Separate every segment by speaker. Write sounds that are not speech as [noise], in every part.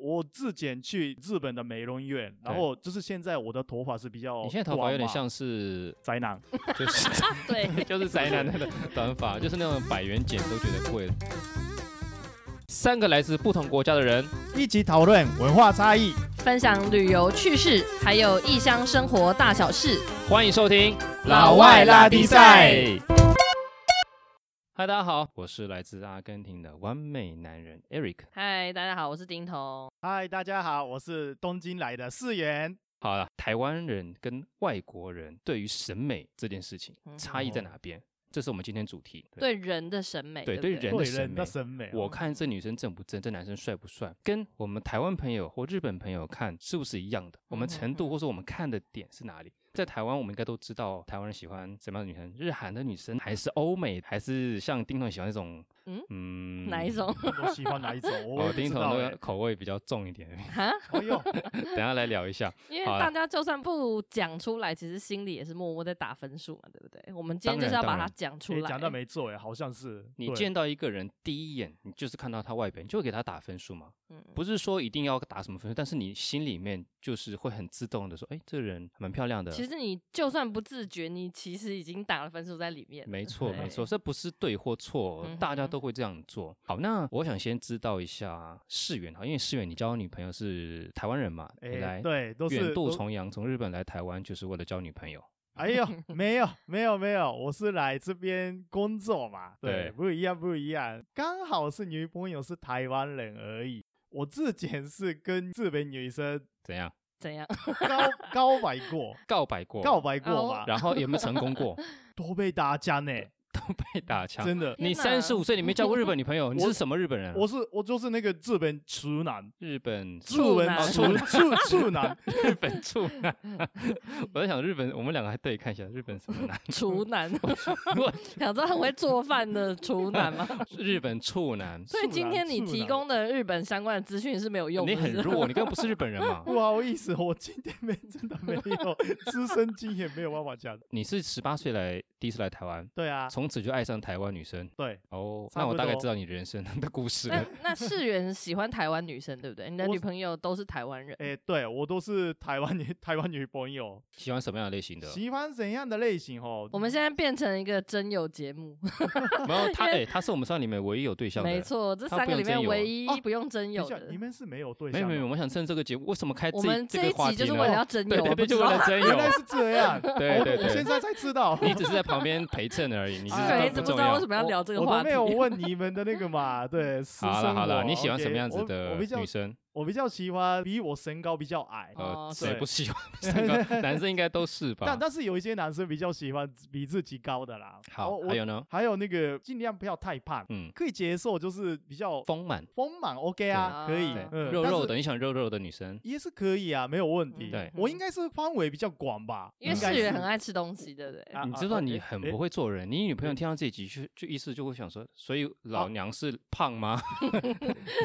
Speaker 1: 我自检去日本的美容院，然后就是现在我的头发是比较，
Speaker 2: 你现在头发有点像是
Speaker 1: 宅男，
Speaker 2: 就是 [laughs]
Speaker 3: 对，
Speaker 2: 就是宅男那个短发，就是那种百元剪都觉得贵了。三个来自不同国家的人，
Speaker 1: 一起讨论文化差异。
Speaker 3: [laughs] 分享旅游趣事，还有异乡生活大小事。
Speaker 2: 欢迎收听《
Speaker 3: 老外拉
Speaker 1: 低赛》。
Speaker 2: 嗨，大家好，我是来自阿根廷的完美男人 Eric。
Speaker 3: 嗨，大家好，我是丁彤。
Speaker 1: 嗨，大家好，我是东京来的世源。
Speaker 2: 好了，台湾人跟外国人对于审美这件事情
Speaker 3: 嗯
Speaker 2: 差异在哪边？这是我们今天主题。
Speaker 3: 对人的审美，
Speaker 2: 对
Speaker 3: 对不
Speaker 2: 对人
Speaker 1: 对
Speaker 2: 的审
Speaker 1: 人的
Speaker 2: 美
Speaker 1: 审美，哦
Speaker 2: 我看这女生正不正，这男生帅不帅，跟我们台湾朋友或日本朋友看是不是一样的？我
Speaker 3: 嗯
Speaker 2: 们程度或者我们看的点是哪里？在台湾，我们应该都知道台湾人喜欢什么样的女生，日韩的女生，还是欧美，还是像丁彤喜欢那种，
Speaker 3: 嗯
Speaker 2: 嗯
Speaker 3: [laughs] 哪一？种？
Speaker 1: 我喜欢哪
Speaker 2: [laughs]
Speaker 1: 一种，我也
Speaker 2: 哦，
Speaker 1: 不
Speaker 2: 丁
Speaker 1: 知
Speaker 2: 彤
Speaker 1: 道
Speaker 2: 的
Speaker 1: 欸。
Speaker 2: 口味比较重一点， [laughs]
Speaker 3: 哈，
Speaker 1: 哎呦，
Speaker 2: 等一下来聊一下。
Speaker 3: 因为
Speaker 2: 好啦啊
Speaker 3: 大家就算不讲出来，其实心里也是默默在打分数嘛，对不对？我们今天就是要把
Speaker 2: 当
Speaker 3: 它
Speaker 2: 然
Speaker 3: 讲出
Speaker 1: 你
Speaker 3: 来。
Speaker 1: 讲到没错哎，好像是
Speaker 2: 你
Speaker 1: 对
Speaker 2: 见到一个人第一眼，你就是看到他外表，你就会给他打分数嘛？
Speaker 3: 嗯，
Speaker 2: 不是说一定要打什么分数，但是你心里面就是会很自动的说，哎，这个人蛮漂亮的。
Speaker 3: 其实你就算不自觉，你其实已经打了分数在里面了。
Speaker 2: 没错，没
Speaker 3: 对
Speaker 2: 错，。这不是对或错
Speaker 3: 嗯，
Speaker 2: 大家
Speaker 3: 哼
Speaker 2: 都会这样做。好，那我想先知道一下世远哈，因为世远你交女朋友是台湾人嘛？你
Speaker 1: 哎，
Speaker 2: 来
Speaker 1: 对，都是
Speaker 2: 远渡
Speaker 1: 都
Speaker 2: 重洋，从日本来台湾就是为了交女朋友。
Speaker 1: 哎呦，没有没有没有，我是来这边工作嘛，对，
Speaker 2: 对
Speaker 1: 不一样不一样，刚好是女朋友是台湾人而已。我之前是跟日本女生
Speaker 2: 怎样？[laughs]
Speaker 3: 怎样？
Speaker 1: 告告白过，
Speaker 2: 告白过，
Speaker 1: 告，白过
Speaker 3: 哦
Speaker 1: 嘛，
Speaker 2: 然后有没有成功过？ [laughs]
Speaker 1: 都被打枪呢，
Speaker 2: 都被打枪。
Speaker 1: 真的。
Speaker 2: 你
Speaker 3: 天
Speaker 2: 三
Speaker 3: 哪
Speaker 2: 十五岁，你没交过日本女朋
Speaker 1: [laughs]
Speaker 2: 友，你
Speaker 1: 我
Speaker 2: 是什么日本人啊？
Speaker 1: 我是我就是那个日本处男，[laughs]
Speaker 2: 日本
Speaker 1: 日
Speaker 3: 处
Speaker 1: 文
Speaker 3: 男
Speaker 1: 处处处男，
Speaker 2: 日本处男。 [laughs] 我在想日本，我们两个还对看一下日本什么男？
Speaker 3: 厨男，
Speaker 2: [laughs] 我
Speaker 3: 想知道很会做饭的厨男
Speaker 2: [laughs]
Speaker 3: 吗？
Speaker 2: 日本处男，
Speaker 3: 所以
Speaker 1: 处
Speaker 3: 今
Speaker 1: 男
Speaker 3: 天你
Speaker 1: 处
Speaker 3: 提
Speaker 1: 男
Speaker 3: 供的日本相关的资讯是没有用的，
Speaker 2: 你很
Speaker 3: 是不是
Speaker 2: 弱，你根本不是日本人嘛。
Speaker 1: 不好意思，我今天没真的没有资深经验，没有办法讲。
Speaker 2: 你是十八岁来第一次来台湾，
Speaker 1: 对啊，
Speaker 2: 从此就爱上台湾女生
Speaker 1: 对，
Speaker 2: 哦。
Speaker 1: 差
Speaker 2: 那
Speaker 1: 不
Speaker 2: 我大概
Speaker 1: 多
Speaker 2: 知道你人生 [laughs] 的故事
Speaker 3: 那
Speaker 2: 了。
Speaker 3: 那世源喜欢台湾女生，对不对？你的
Speaker 1: 我
Speaker 3: 女
Speaker 1: 是
Speaker 3: 朋友都是台湾人，
Speaker 1: 哎，对我都是台湾女台湾女朋友，
Speaker 2: 喜欢什么样的类型的？
Speaker 1: 喜欢怎样的类型哦？
Speaker 3: 我们现在变成一个真友节目，
Speaker 2: 没有他，哎，他是我们三里面唯一有对象的。
Speaker 3: 没，错，这
Speaker 2: 他
Speaker 3: 三
Speaker 2: 不
Speaker 3: 个
Speaker 2: 用
Speaker 3: 里
Speaker 2: 真
Speaker 3: 面
Speaker 2: 友
Speaker 3: 唯
Speaker 2: 啊
Speaker 3: 一
Speaker 1: 哦
Speaker 3: 不用真
Speaker 1: 等
Speaker 3: 友
Speaker 1: 一下
Speaker 3: 的
Speaker 1: 你。们是没有对
Speaker 2: 没
Speaker 1: 象哦
Speaker 2: 有
Speaker 1: 吗？
Speaker 2: 没有，我想趁这个节目，为什么开
Speaker 3: 我
Speaker 2: 这
Speaker 3: 们这
Speaker 2: 个
Speaker 3: 一
Speaker 2: 话
Speaker 3: 集
Speaker 2: 题
Speaker 3: 就是
Speaker 2: 呢
Speaker 3: 为了要真
Speaker 2: 对
Speaker 3: 友，
Speaker 2: 对
Speaker 3: 我
Speaker 2: 对，
Speaker 3: 不
Speaker 2: 就
Speaker 3: 知
Speaker 2: 为
Speaker 3: 道
Speaker 2: 了真
Speaker 1: 原来
Speaker 2: 友。
Speaker 1: 是这样，
Speaker 2: [laughs] 对对
Speaker 1: 我我现
Speaker 2: 对，
Speaker 1: 在才知
Speaker 3: [laughs]
Speaker 1: 道。
Speaker 2: 你只是在旁边陪衬而已，你是
Speaker 1: 哎
Speaker 3: 世
Speaker 1: 呀
Speaker 3: 源
Speaker 2: 都
Speaker 3: 一直
Speaker 2: 不
Speaker 3: 不知
Speaker 2: 重
Speaker 3: 道为
Speaker 2: 要
Speaker 3: 啊什。么要
Speaker 1: 我
Speaker 3: 聊这个
Speaker 1: 我
Speaker 3: 话
Speaker 1: 都
Speaker 3: 题
Speaker 1: 没。有问你们的那个嘛，
Speaker 2: [laughs]
Speaker 1: 对，私
Speaker 2: 好了
Speaker 1: 生
Speaker 2: 好了，
Speaker 1: 活
Speaker 2: 你喜欢什么
Speaker 1: OK，
Speaker 2: 样子
Speaker 1: 我我
Speaker 2: 的
Speaker 1: 比较
Speaker 2: 女生？
Speaker 1: 我比较喜欢比我身高比较矮，
Speaker 3: 哦
Speaker 2: 呃，谁
Speaker 1: 对
Speaker 2: 不喜欢身高？男生应该都是吧
Speaker 1: 但？但是有一些男生比较喜欢比自己高的啦。
Speaker 2: 好
Speaker 1: 我，我
Speaker 2: 还有呢，
Speaker 1: 还有那个尽量不要太胖，
Speaker 2: 嗯，
Speaker 1: 可以接受，就是比较
Speaker 2: 丰满，
Speaker 1: 丰满，OK 啊，可
Speaker 3: 对
Speaker 1: 以
Speaker 2: 对，
Speaker 1: 嗯
Speaker 2: 肉肉。
Speaker 1: 但
Speaker 2: 的，
Speaker 1: 是
Speaker 2: 你喜欢肉肉的女生？
Speaker 1: 也是可以啊，没有问题。
Speaker 3: 嗯
Speaker 2: 对
Speaker 1: 我应该是范围比较广吧，
Speaker 3: 因为
Speaker 1: 应该
Speaker 3: 世
Speaker 1: 是
Speaker 3: 源很爱吃东西，对不对？
Speaker 1: 啊
Speaker 2: 你
Speaker 1: 啊
Speaker 2: 知
Speaker 1: 啊
Speaker 2: 道你
Speaker 1: 诶
Speaker 2: 很
Speaker 1: 诶嗯
Speaker 2: 不会做人，你女朋友听到这一集就就意思就会想说，所以
Speaker 1: 哦
Speaker 2: 老娘是
Speaker 1: [laughs]
Speaker 2: 胖吗？，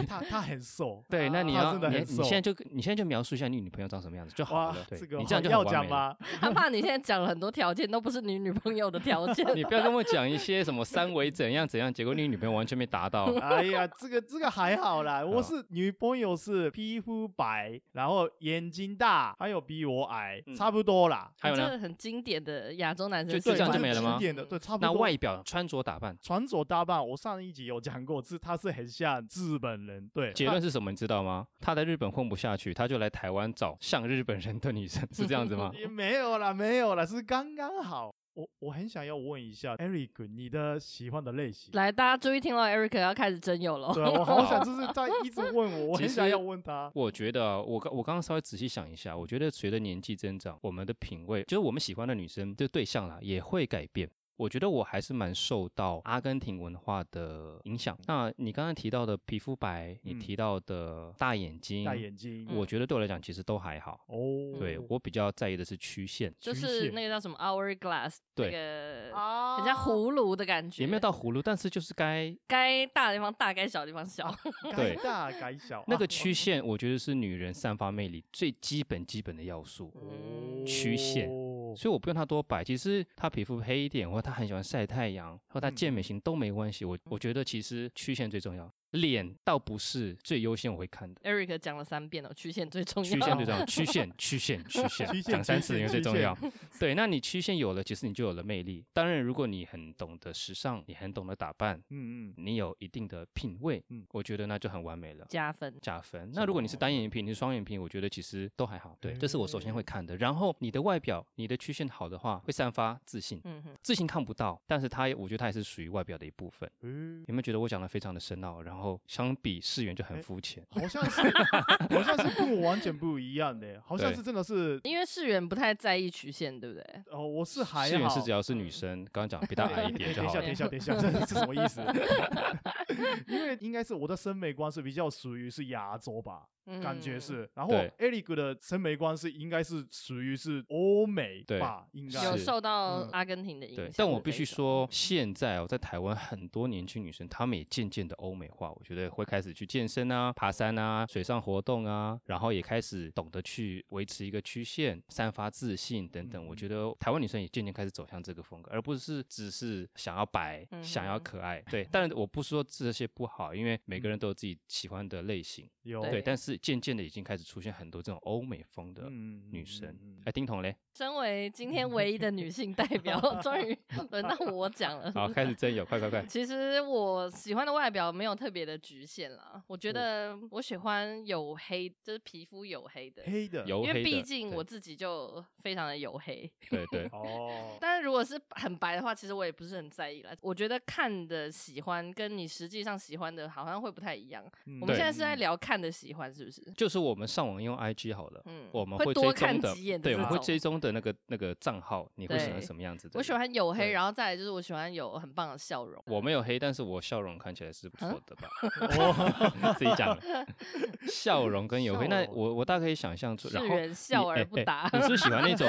Speaker 1: 他他很瘦
Speaker 2: 对，那你
Speaker 1: 她
Speaker 2: 要
Speaker 1: 啊真的
Speaker 2: 你
Speaker 1: 很
Speaker 2: 你
Speaker 1: 瘦
Speaker 2: 现在就你现在就描述一下你女朋友长什么样子就 [laughs] 好
Speaker 1: 哇
Speaker 2: 了，，对
Speaker 1: 这个
Speaker 2: 你这样就很
Speaker 1: 要
Speaker 2: 完
Speaker 1: 讲 [laughs]
Speaker 2: 美了。，
Speaker 1: 吗？。
Speaker 3: 他怕你现在讲了很多条件都不是你女朋友的条件
Speaker 2: 你不要跟我讲一些什么三围怎样怎样，结果你女朋友完全没达到
Speaker 1: [laughs] 哎呀，这个这个还好啦，我
Speaker 2: 好
Speaker 1: 是女朋友是皮肤白，然后眼睛大，还有比我矮，
Speaker 2: 嗯
Speaker 1: 差不多啦。
Speaker 2: 还有
Speaker 3: 这
Speaker 2: 呢，
Speaker 3: 个很经典的亚洲男生
Speaker 2: 就
Speaker 3: 思
Speaker 2: 这样
Speaker 3: 维
Speaker 2: 就没了吗
Speaker 1: 蛮经典的，对，差不多。
Speaker 2: 那外表、穿着打扮，
Speaker 1: 穿着打扮，我上一集有讲过，是他是很像日本人，对，
Speaker 2: 结论是什么？你知道吗？他在日本混不下去，他就来台湾找像日本人的
Speaker 1: [laughs]？
Speaker 2: 女生，是这样子吗
Speaker 1: 也没有啦，没有啦，是刚刚好。我我很想要问一下 Eric，你的喜欢的类型？
Speaker 3: 来，大家注意听了，Eric 要开始真友了。
Speaker 1: 对，啊我好想就是在一直问我，我
Speaker 2: 其
Speaker 1: 很想
Speaker 2: 实
Speaker 1: 要问他。
Speaker 2: 我觉得啊我刚我刚刚稍微仔细想一下，我觉得随着年纪增长，我们的品味，就是我们喜欢的女生的对象啦，也会改变。我觉得我还是蛮受到阿根廷文化的影响。那你刚刚提到的皮肤白，你
Speaker 1: 嗯
Speaker 2: 提到的大眼睛，
Speaker 1: 大眼嗯睛，
Speaker 2: 我觉得对我来讲其实都还好。
Speaker 1: 哦，
Speaker 2: 对我比较在意的是曲线，
Speaker 3: 就
Speaker 1: 曲
Speaker 3: 是
Speaker 1: 线
Speaker 3: 那个叫什么 hourglass，那
Speaker 2: 对
Speaker 3: 个
Speaker 1: 啊
Speaker 3: 很像葫芦的感觉，
Speaker 2: 也没有到葫芦，但是就是该
Speaker 3: 该大的地方大，该小的地方小。
Speaker 1: 改
Speaker 2: 对
Speaker 1: 大改小
Speaker 2: 那
Speaker 1: 啊
Speaker 2: 个曲线，我觉得是女人散发魅力最基本基本的要素。
Speaker 3: 嗯
Speaker 2: 曲线
Speaker 1: 哦
Speaker 2: 所以我不用她多白。其实她皮肤黑一点，或她很喜欢晒太阳，或她
Speaker 1: 嗯
Speaker 2: 健美型都没关系。我我觉得其实曲线最重要。脸倒不是最优先我会看的。
Speaker 3: [laughs] Eric 讲了三遍了，哦曲线最重要，
Speaker 2: 曲线最重要，曲线，曲线，曲
Speaker 1: 曲
Speaker 2: 线，
Speaker 1: 线
Speaker 2: 讲三
Speaker 1: 曲
Speaker 2: 次
Speaker 1: 线
Speaker 2: 因为最
Speaker 1: 曲
Speaker 2: 重要
Speaker 1: 线。
Speaker 2: 对，那你曲线有了，其实你就有了魅力。当然，如果你很懂得时尚，你很懂得打扮，
Speaker 1: 嗯嗯，
Speaker 2: 你有一定的品味，
Speaker 1: 嗯
Speaker 2: 我觉得那就很完美了。
Speaker 3: 加分。
Speaker 2: 加分。那如果你是
Speaker 1: 哦
Speaker 2: 单眼皮，你是双眼皮，我觉得其实都还好。对，这是我首
Speaker 1: 嗯
Speaker 2: 先会看的。然后你的外表，你的曲线好的话，会散发自信。
Speaker 3: 嗯哼，
Speaker 2: 自信看不到，但是它也，我觉得它也是属于外表的一部分。
Speaker 1: 嗯，
Speaker 2: 有没有觉得我讲的非常的深奥？然后相比世元就很
Speaker 1: 哎
Speaker 2: 肤浅。
Speaker 1: 好像是好像是跟我完全不一样的，好像
Speaker 2: 对
Speaker 1: 是真的是
Speaker 3: 因为世远不太在意曲线，对不对？
Speaker 1: 哦，我是还
Speaker 2: 世元
Speaker 1: 好
Speaker 2: 是只要是女生，刚刚讲比她矮一点就
Speaker 1: 等一
Speaker 2: 好
Speaker 1: [laughs] 下，
Speaker 2: 了
Speaker 1: 等。一下，等一下，这这是什么意思？ [laughs] 因为应该是我的审美观是比较属于是亚洲吧，感觉
Speaker 3: 嗯。
Speaker 1: 是。然后
Speaker 2: 对
Speaker 1: Eric 的审美观是应该是属于是欧美
Speaker 2: 对
Speaker 1: 吧，应该
Speaker 3: 有
Speaker 2: 是
Speaker 3: 受到
Speaker 1: 嗯
Speaker 3: 阿根廷的影响
Speaker 2: 对
Speaker 3: 的这一种，，
Speaker 2: 但我必须说，现在哦，在台湾很多年轻女生，她们也渐渐的欧美化，我觉得会开始去健身啊、爬山啊、水上活动啊，然后也开始懂得去维持一个曲线、散发自信等等。
Speaker 3: 嗯
Speaker 2: 我觉得台湾女生也渐渐开始走向这个风格，而不是只是想要白、想要
Speaker 3: 嗯哼嗯
Speaker 2: 可爱。对，当然我不是说这些不好，因为每个人都有自己喜欢的类型。
Speaker 1: 有
Speaker 2: 对，
Speaker 3: 对
Speaker 2: 但是渐渐的已经开始出现很多这种欧美风的
Speaker 1: 嗯
Speaker 2: 女生
Speaker 1: 嗯嗯。
Speaker 2: 哎，丁
Speaker 3: [laughs]
Speaker 2: 彤嘞，
Speaker 3: 身为今天唯一的女性代
Speaker 2: [laughs]
Speaker 3: 表，终于轮到我讲了。
Speaker 2: 好，开始真有，快快
Speaker 3: [laughs]
Speaker 2: 快。
Speaker 3: 其实我喜欢的外表没有特别的局限啦，我觉得我喜欢黝黑，就是皮肤黝黑的，
Speaker 1: 黑的
Speaker 2: 油
Speaker 3: 因为
Speaker 2: 黑的
Speaker 3: 毕竟
Speaker 2: 对
Speaker 3: 我自己就非常的黝黑。
Speaker 2: 对对，
Speaker 1: 哦，
Speaker 3: 但是如果是很白的话，其实我也不是很在意啦。我觉得看的喜欢跟你实际上喜欢的好像会不太一样。
Speaker 1: 嗯
Speaker 3: 我
Speaker 2: 对
Speaker 3: 们现在是在聊看的喜欢，是不是？
Speaker 2: 就是我们上网用 IG 好了，
Speaker 3: 嗯
Speaker 2: 我们
Speaker 3: 会
Speaker 2: 追
Speaker 3: 多
Speaker 2: 踪
Speaker 3: 看
Speaker 2: 的
Speaker 3: 几眼，的
Speaker 2: 对，
Speaker 3: 这
Speaker 2: 我们会
Speaker 3: 种
Speaker 2: 追踪的那个那个账号，你会喜欢
Speaker 3: 对
Speaker 2: 什么样子的？
Speaker 3: 我喜。欢黝黑，
Speaker 2: 对
Speaker 3: 然后再来就是我喜欢有很棒的笑容。
Speaker 2: 我没有黑，但是我笑容看起来是
Speaker 3: 啊
Speaker 2: 不错的吧？
Speaker 1: 哦
Speaker 2: 自己讲
Speaker 3: [laughs]
Speaker 2: 了，笑容跟有黑，那
Speaker 1: 笑容
Speaker 2: 我我大概可以想象出，
Speaker 3: 世
Speaker 2: 然后哎
Speaker 3: 人笑而不答。嗯
Speaker 2: 你是不是喜欢
Speaker 3: [laughs]
Speaker 2: 那种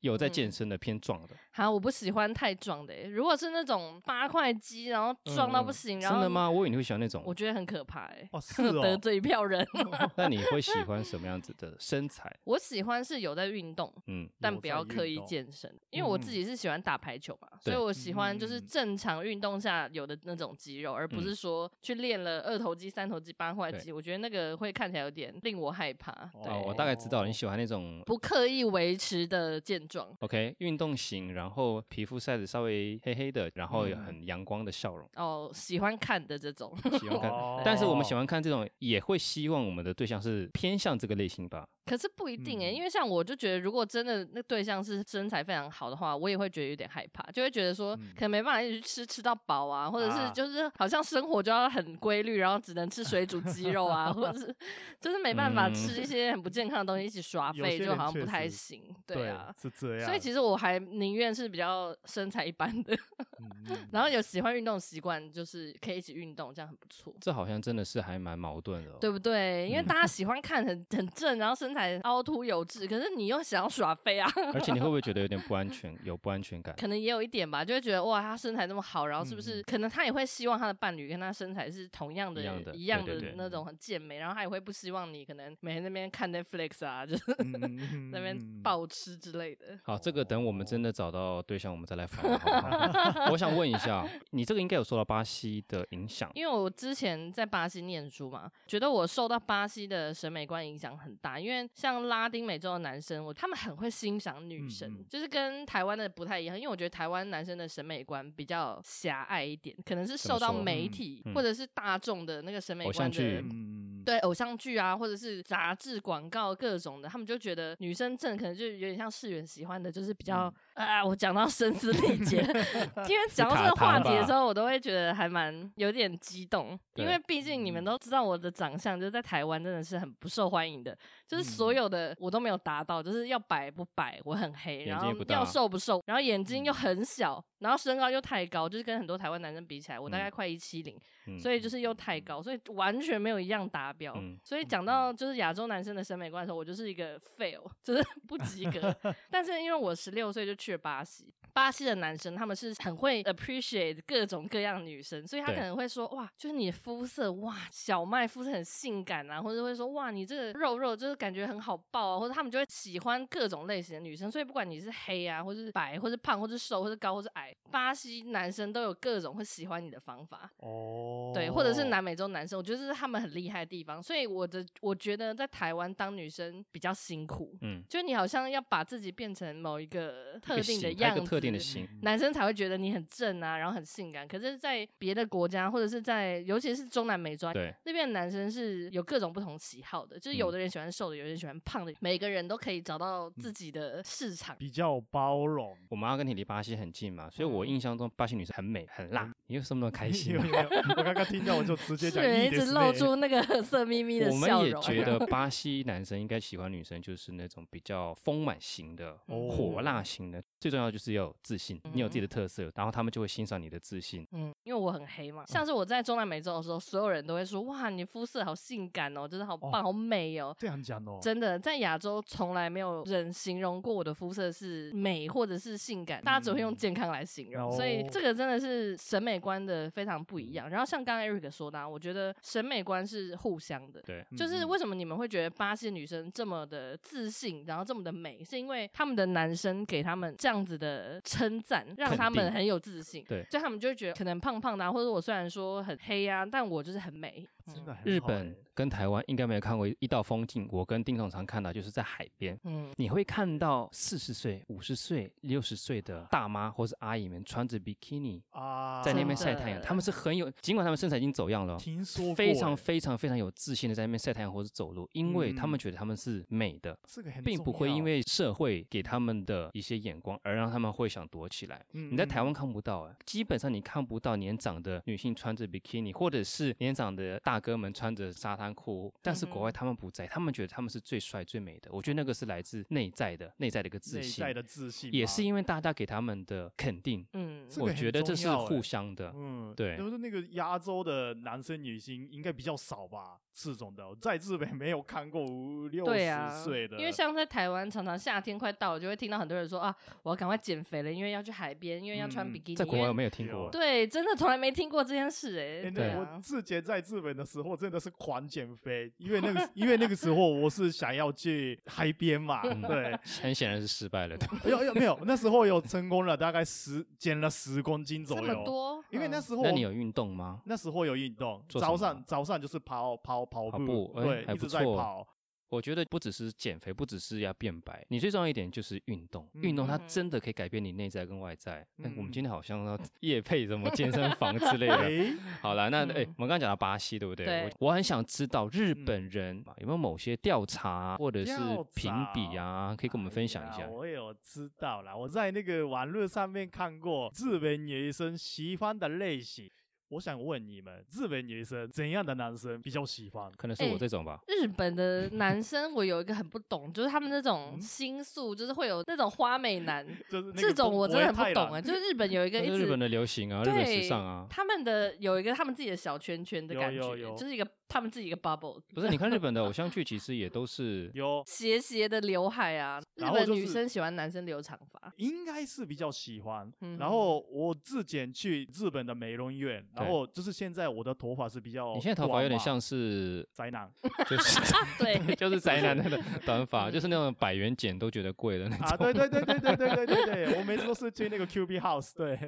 Speaker 2: 有在健身的偏壮的？
Speaker 3: 好，我不喜欢太壮的欸、如果是那种八块肌，然后壮到
Speaker 2: 嗯
Speaker 3: 不行，然后
Speaker 2: 真的？吗？我以为你会喜欢那
Speaker 3: 我
Speaker 2: 种，
Speaker 3: 觉得很可怕、欸，
Speaker 1: 哦是
Speaker 3: [laughs] 得
Speaker 1: 哦，
Speaker 3: 罪一票人。 [laughs]
Speaker 2: 那你会喜欢什么样子的身材？
Speaker 3: 我喜欢是有在运动， [laughs]
Speaker 2: 嗯，
Speaker 3: 但
Speaker 1: 有
Speaker 3: 不
Speaker 1: 在
Speaker 3: 要刻
Speaker 1: 运
Speaker 3: 意
Speaker 1: 动
Speaker 3: 健身，因为我
Speaker 1: 嗯
Speaker 3: 自己是喜欢打排球嘛，所
Speaker 2: 对
Speaker 3: 以我喜欢就
Speaker 1: 嗯
Speaker 3: 是
Speaker 1: 嗯嗯
Speaker 3: 正常运动下有的那种肌肉，而不是说去练了二头肌、三头肌、八块
Speaker 2: 嗯对
Speaker 3: 肌，我觉得那个会看起来有点令我害怕。对，
Speaker 2: 哦，我大概知道了你喜欢那种
Speaker 3: 不刻意维持的健壮。
Speaker 2: OK 运动型，然后皮肤晒得稍微黑黑的，然后有
Speaker 3: 嗯
Speaker 2: 很阳光的笑容。
Speaker 3: 哦，喜欢看的这种，
Speaker 2: [laughs] 喜欢看。
Speaker 1: 哦
Speaker 2: 但是我们喜欢看这种，也会希望我们的对象是偏向这个类型吧？
Speaker 3: 可是不一定诶、
Speaker 1: 嗯
Speaker 3: 因为像我就觉得，如果真的那对象是身材非常好的话，我也会觉得有点害怕，就会觉得说
Speaker 1: 嗯
Speaker 3: 可能没办法一直吃吃到饱啊，或者
Speaker 1: 啊
Speaker 3: 是就是好像生活就要很规律，然后只能吃水煮鸡肉啊，或
Speaker 1: [laughs]
Speaker 3: 者是就是没办法
Speaker 2: 嗯
Speaker 3: 吃一些很不健康的东西一起耍
Speaker 1: 有些
Speaker 3: 废，就
Speaker 1: 人
Speaker 3: 好像
Speaker 1: 确
Speaker 3: 不太
Speaker 1: 实
Speaker 3: 行，对啊。
Speaker 1: 是这样。
Speaker 3: 所以其实我还宁愿是比较身材一般的，
Speaker 1: 嗯，嗯
Speaker 3: 然后有喜欢运动的习惯，就是可以一起运动，这样很不错。
Speaker 2: 这好像真的是还蛮矛盾的、哦。
Speaker 3: 对，不对？因为
Speaker 2: 嗯
Speaker 3: 大家喜欢看很 [laughs] 很正，然后身材凹凸有致，可是你又想要耍飞啊， [laughs]
Speaker 2: 而且你会不会觉得有点不安全，有不安全感？
Speaker 3: 可能也有一点吧，就会觉得哇，他身材那么好，然后是不
Speaker 1: 嗯
Speaker 3: 是？可能他也会希望他的伴侣跟他身材是同样的、
Speaker 2: 一样的对对对嗯
Speaker 3: 那种很健美，然后他也会不希望你可能每天那边看 Netflix 啊，就是
Speaker 1: 嗯嗯嗯
Speaker 3: [laughs] 那边暴吃之类的。
Speaker 2: 好，这个等我们真的找到对象，我们再来访问好不好。 [laughs] 我想问一
Speaker 3: [laughs]
Speaker 2: 下，你这个应该有受到巴西的影响，
Speaker 3: 因为我之前在巴西念书嘛，觉得我受到巴西的审美观影响很大。因为像拉丁美洲的男生，我他们很会欣赏女生，
Speaker 1: 嗯嗯
Speaker 3: 就是跟台湾的不太一样。因为我觉得台湾男生的审美观比较狭隘一点，可能是
Speaker 2: 怎么
Speaker 3: 受到
Speaker 2: 说
Speaker 3: 媒
Speaker 1: 嗯
Speaker 3: 体、
Speaker 2: 嗯
Speaker 3: 或者是大众的那个审美
Speaker 2: 偶
Speaker 3: 观
Speaker 2: 像
Speaker 3: 的
Speaker 2: 剧
Speaker 1: 嗯，嗯，
Speaker 3: 对偶像剧啊，或者是杂志广告各种的，他们就觉得女生正可能就有点像世元喜欢的，就是比较、
Speaker 2: 嗯
Speaker 3: 啊，我讲到声嘶力竭，
Speaker 2: [laughs]
Speaker 3: 因为讲到这个话题的时候，我都会觉得还蛮有点激动，
Speaker 2: 对嗯
Speaker 3: 因为毕竟你们都知道我的长相，就是在台湾真的是很不受欢迎的，就是所
Speaker 2: 嗯
Speaker 3: 有的我都没有达到，就是要白不白，我很黑，
Speaker 2: 眼睛
Speaker 3: 然
Speaker 2: 也
Speaker 3: 后
Speaker 2: 不大嗯
Speaker 3: 要瘦不瘦，然后眼睛又很小，然后身高又太高，就是跟很多台湾男生比起来，我大概快一七零，
Speaker 2: 嗯
Speaker 3: 所以就是又太高，所以完全没有一样达标。
Speaker 2: 嗯
Speaker 3: 所以讲到就是
Speaker 2: [laughs]
Speaker 3: [laughs] 亚洲男生的审美观的时候，我就是一个 fail，就是不及格。但是因为我十六岁就去了巴西，巴西的男生他们是很会 appreciate 各种各样的女生，所以他
Speaker 2: 对
Speaker 3: 可能会说哇，就是你的肤色哇，小麦肤色很性感啊，或者会说哇，你这个肉肉就是感觉很好抱啊，或者他们就会喜欢各种类型的女生，所以不管你是黑啊，或是白，或是胖，或是瘦，或是高，或是矮，巴西男生都有各种会喜欢你的方法。
Speaker 1: 哦，
Speaker 3: 对，或者是南美洲男生，我觉得这是他们很厉害的地方。所以我的我觉得在台湾当女生比较辛苦，
Speaker 2: 嗯，
Speaker 3: 就是你好像要把自己变成某一个特定的
Speaker 2: 一个型它有
Speaker 3: 样
Speaker 2: 一
Speaker 3: 子，
Speaker 2: 个特定的型，
Speaker 3: 男生才会觉得你很正啊，然后很性感。可是，在别的国家或者是在尤其是中南美洲啊
Speaker 2: 对，嗯
Speaker 3: 那边的男生是有各种不同喜好的，就是有的人喜欢瘦的，有的人喜欢胖的，每个人都可以找到自己的市场。
Speaker 1: 比较包容。
Speaker 2: 我们阿根廷离巴西很近嘛，所以
Speaker 3: 嗯
Speaker 2: 我印象中巴西女生很美很辣，你为什么那么开心
Speaker 1: [laughs] 有
Speaker 2: 啊？
Speaker 1: 有有我刚刚听到我就直接
Speaker 3: 是
Speaker 1: 讲，
Speaker 3: 人一直露出那个 [laughs] 色眯眯的
Speaker 2: ，E 我
Speaker 3: 笑
Speaker 2: 们也
Speaker 3: 容，
Speaker 2: 觉 [laughs] 得巴西男生应该喜欢女生，就是那种比较丰满型的、
Speaker 1: 哦
Speaker 3: 嗯
Speaker 2: 火辣型的。最重要就是要有自信，你有自己
Speaker 3: 嗯
Speaker 2: 的特色，然后他们就会欣赏你的自信。
Speaker 3: 嗯，因为我很黑嘛，
Speaker 1: 嗯
Speaker 3: 像是我在中南美洲的时候，所有人都会说：“哇，你肤色好性感哦，真的好棒，好美哦。
Speaker 1: 这样讲哦，
Speaker 3: 真的，在亚洲从来没有人形容过我的肤色是美或者是性感，大家只会用健康来形容，所以
Speaker 1: 嗯哦
Speaker 3: 这个真的是审美观的非常不一样。然后像刚刚 Eric 说的、啊，我觉得审美观是互相的，
Speaker 2: 对，
Speaker 3: 就是
Speaker 1: 嗯
Speaker 3: 为什么你们会觉得巴西女生这么的自信，然后这么的美，是因为他们的男生给他们这样子的称赞，让
Speaker 2: 肯
Speaker 3: 他们
Speaker 2: 定
Speaker 3: 很有自信，
Speaker 2: 对
Speaker 3: 所以他们就会觉得可能胖胖的、啊，或者我虽然说很黑啊，但我就是很美。嗯
Speaker 1: 真的很
Speaker 2: 日
Speaker 1: 好
Speaker 2: 本
Speaker 1: 欸
Speaker 2: 跟台湾应该没有看过一道风景，我跟丁总常看到就是在海边，
Speaker 3: 嗯，
Speaker 2: 你会看到四十岁、五十岁、六十岁的大妈或是阿姨们穿着比基尼
Speaker 1: 啊，
Speaker 2: 在那
Speaker 3: 真
Speaker 2: 边
Speaker 3: 的
Speaker 2: 晒太阳，他们是很有，尽管他们身材已经走样了哦，
Speaker 1: 听说
Speaker 2: 非
Speaker 1: 过欸
Speaker 2: 常非常非常有自信的在那边晒太阳或是走路，因为他
Speaker 1: 嗯
Speaker 2: 们觉得他们是美的，
Speaker 1: 这个很
Speaker 2: 并
Speaker 1: 重
Speaker 2: 不会
Speaker 1: 要
Speaker 2: 因为社会给他们的一些眼光而让他们会想躲起来。
Speaker 1: 嗯
Speaker 2: 你在台
Speaker 1: 嗯
Speaker 2: 湾看不到啊，基本上你看不到年长的女性穿着比基尼，或者是年长的大哥们穿着沙滩裤。但是国外
Speaker 3: 嗯哼
Speaker 2: 他们不在，他们觉得他们是最帅最美的。我觉得那个是来自内在的，内在的一个自
Speaker 1: 内
Speaker 2: 信
Speaker 1: 在，的自信
Speaker 2: 也
Speaker 1: 吧
Speaker 2: 是因为大家给他们的肯定。
Speaker 3: 嗯，
Speaker 1: 这个
Speaker 2: 我
Speaker 1: 很
Speaker 2: 觉得这
Speaker 1: 重
Speaker 2: 是
Speaker 1: 要欸
Speaker 2: 互相的。
Speaker 1: 嗯，
Speaker 2: 对
Speaker 1: 就是那个亚洲的男生女星应该比较少吧，这种的，在日本没有看过五六
Speaker 3: 对啊
Speaker 1: 十岁的，，
Speaker 3: 因为像在台湾，常常夏天快到了，就会听到很多人说啊，我要赶快减肥了，因为要去海边，因为要穿
Speaker 1: 嗯
Speaker 3: 比基尼。
Speaker 2: 在国外
Speaker 3: 因
Speaker 2: 有
Speaker 3: 为
Speaker 2: 没有听
Speaker 1: 有
Speaker 2: 过？
Speaker 3: 对，真的从来没听过这件事哎、
Speaker 1: 欸
Speaker 3: 对
Speaker 1: 那我
Speaker 3: 啊，
Speaker 1: 之前在日本的时候真的是狂减肥，因为那个因为那个时候我是想要去海边
Speaker 2: [laughs]
Speaker 1: 嘛，
Speaker 2: 嗯
Speaker 1: 对，
Speaker 2: 很显然是失败了的。
Speaker 1: 没有没有，那时候有成功了，大概十减了十公斤左
Speaker 3: 这么
Speaker 1: 右，
Speaker 3: 多，
Speaker 1: 因为那
Speaker 3: 嗯
Speaker 1: 时候
Speaker 2: 那
Speaker 1: 我
Speaker 2: 你有运动吗？
Speaker 1: 那时候有运动，
Speaker 2: 做什
Speaker 1: 早
Speaker 2: 么
Speaker 1: 上早上就是跑跑跑
Speaker 2: 跑
Speaker 1: 步
Speaker 2: 步，哎
Speaker 1: 对，
Speaker 2: 还
Speaker 1: 一直
Speaker 2: 不
Speaker 1: 在
Speaker 2: 错
Speaker 1: 跑，
Speaker 2: 我觉得不只是减肥，不只是要变白，你最重要一点就是运动。运动它
Speaker 3: 嗯
Speaker 2: 真的可以改变你内在跟外在。哎、我
Speaker 1: 嗯
Speaker 2: 们今天好像要 [laughs] 夜配什么健身房之类的。
Speaker 1: 诶，
Speaker 2: 好了，那哎、
Speaker 3: 嗯
Speaker 2: 我们刚刚讲到巴西，对不对？
Speaker 3: 对
Speaker 2: 我我很想知道日本人有没有某些调查啊或者是
Speaker 1: 调
Speaker 2: 评比
Speaker 1: 查
Speaker 2: 啊，可以跟我们分享
Speaker 1: 哎
Speaker 2: 一
Speaker 1: 呀
Speaker 2: 下。
Speaker 1: 我有知道啦，我在那个网络上面看过日本女生喜欢的类型。我想问你们，日本女生怎样的男生比较喜欢？
Speaker 2: 可能是
Speaker 3: 哎
Speaker 2: 我这种吧，
Speaker 3: 日本的男生，我有一个很不懂，就是他们那种
Speaker 1: 嗯
Speaker 3: 心宿，就是会有那种花美男，
Speaker 1: 就是那个
Speaker 3: 这种
Speaker 1: 不
Speaker 3: 我真的很
Speaker 1: 不会
Speaker 3: 不
Speaker 1: 太
Speaker 3: 懂哎、
Speaker 1: 懒
Speaker 3: 就是日本有一个
Speaker 2: 这
Speaker 3: 一
Speaker 2: 是
Speaker 3: 直
Speaker 2: 日本的流行啊，日本时尚啊
Speaker 3: 对。他们的有一个他们自己的小圈圈的
Speaker 1: 有
Speaker 3: 感觉，
Speaker 1: 有有
Speaker 3: 就是一个他们自己一个 bubble，
Speaker 2: 不是，你看日本的偶像剧，其实也都是
Speaker 1: [laughs] 有，
Speaker 3: 斜斜的刘海啊，日
Speaker 1: 然后
Speaker 3: 本
Speaker 1: 就是
Speaker 3: 女生喜欢男生留长
Speaker 1: [laughs]
Speaker 3: 发，
Speaker 1: 应该是比较喜欢。
Speaker 3: 嗯
Speaker 1: 然后我自己去日本的美容院，然
Speaker 2: 对
Speaker 1: 后就是现在我的头发是比较，
Speaker 2: 你现在头发有点像是，
Speaker 1: 宅男
Speaker 2: [laughs] 就是
Speaker 1: [laughs]
Speaker 3: 对， [laughs]
Speaker 2: 就是宅男的短发，
Speaker 3: 嗯
Speaker 2: 就是那种百元剪都觉得贵的那种。
Speaker 1: 啊！对对对对对对对对对，我每次都是去那个 Q B House，对，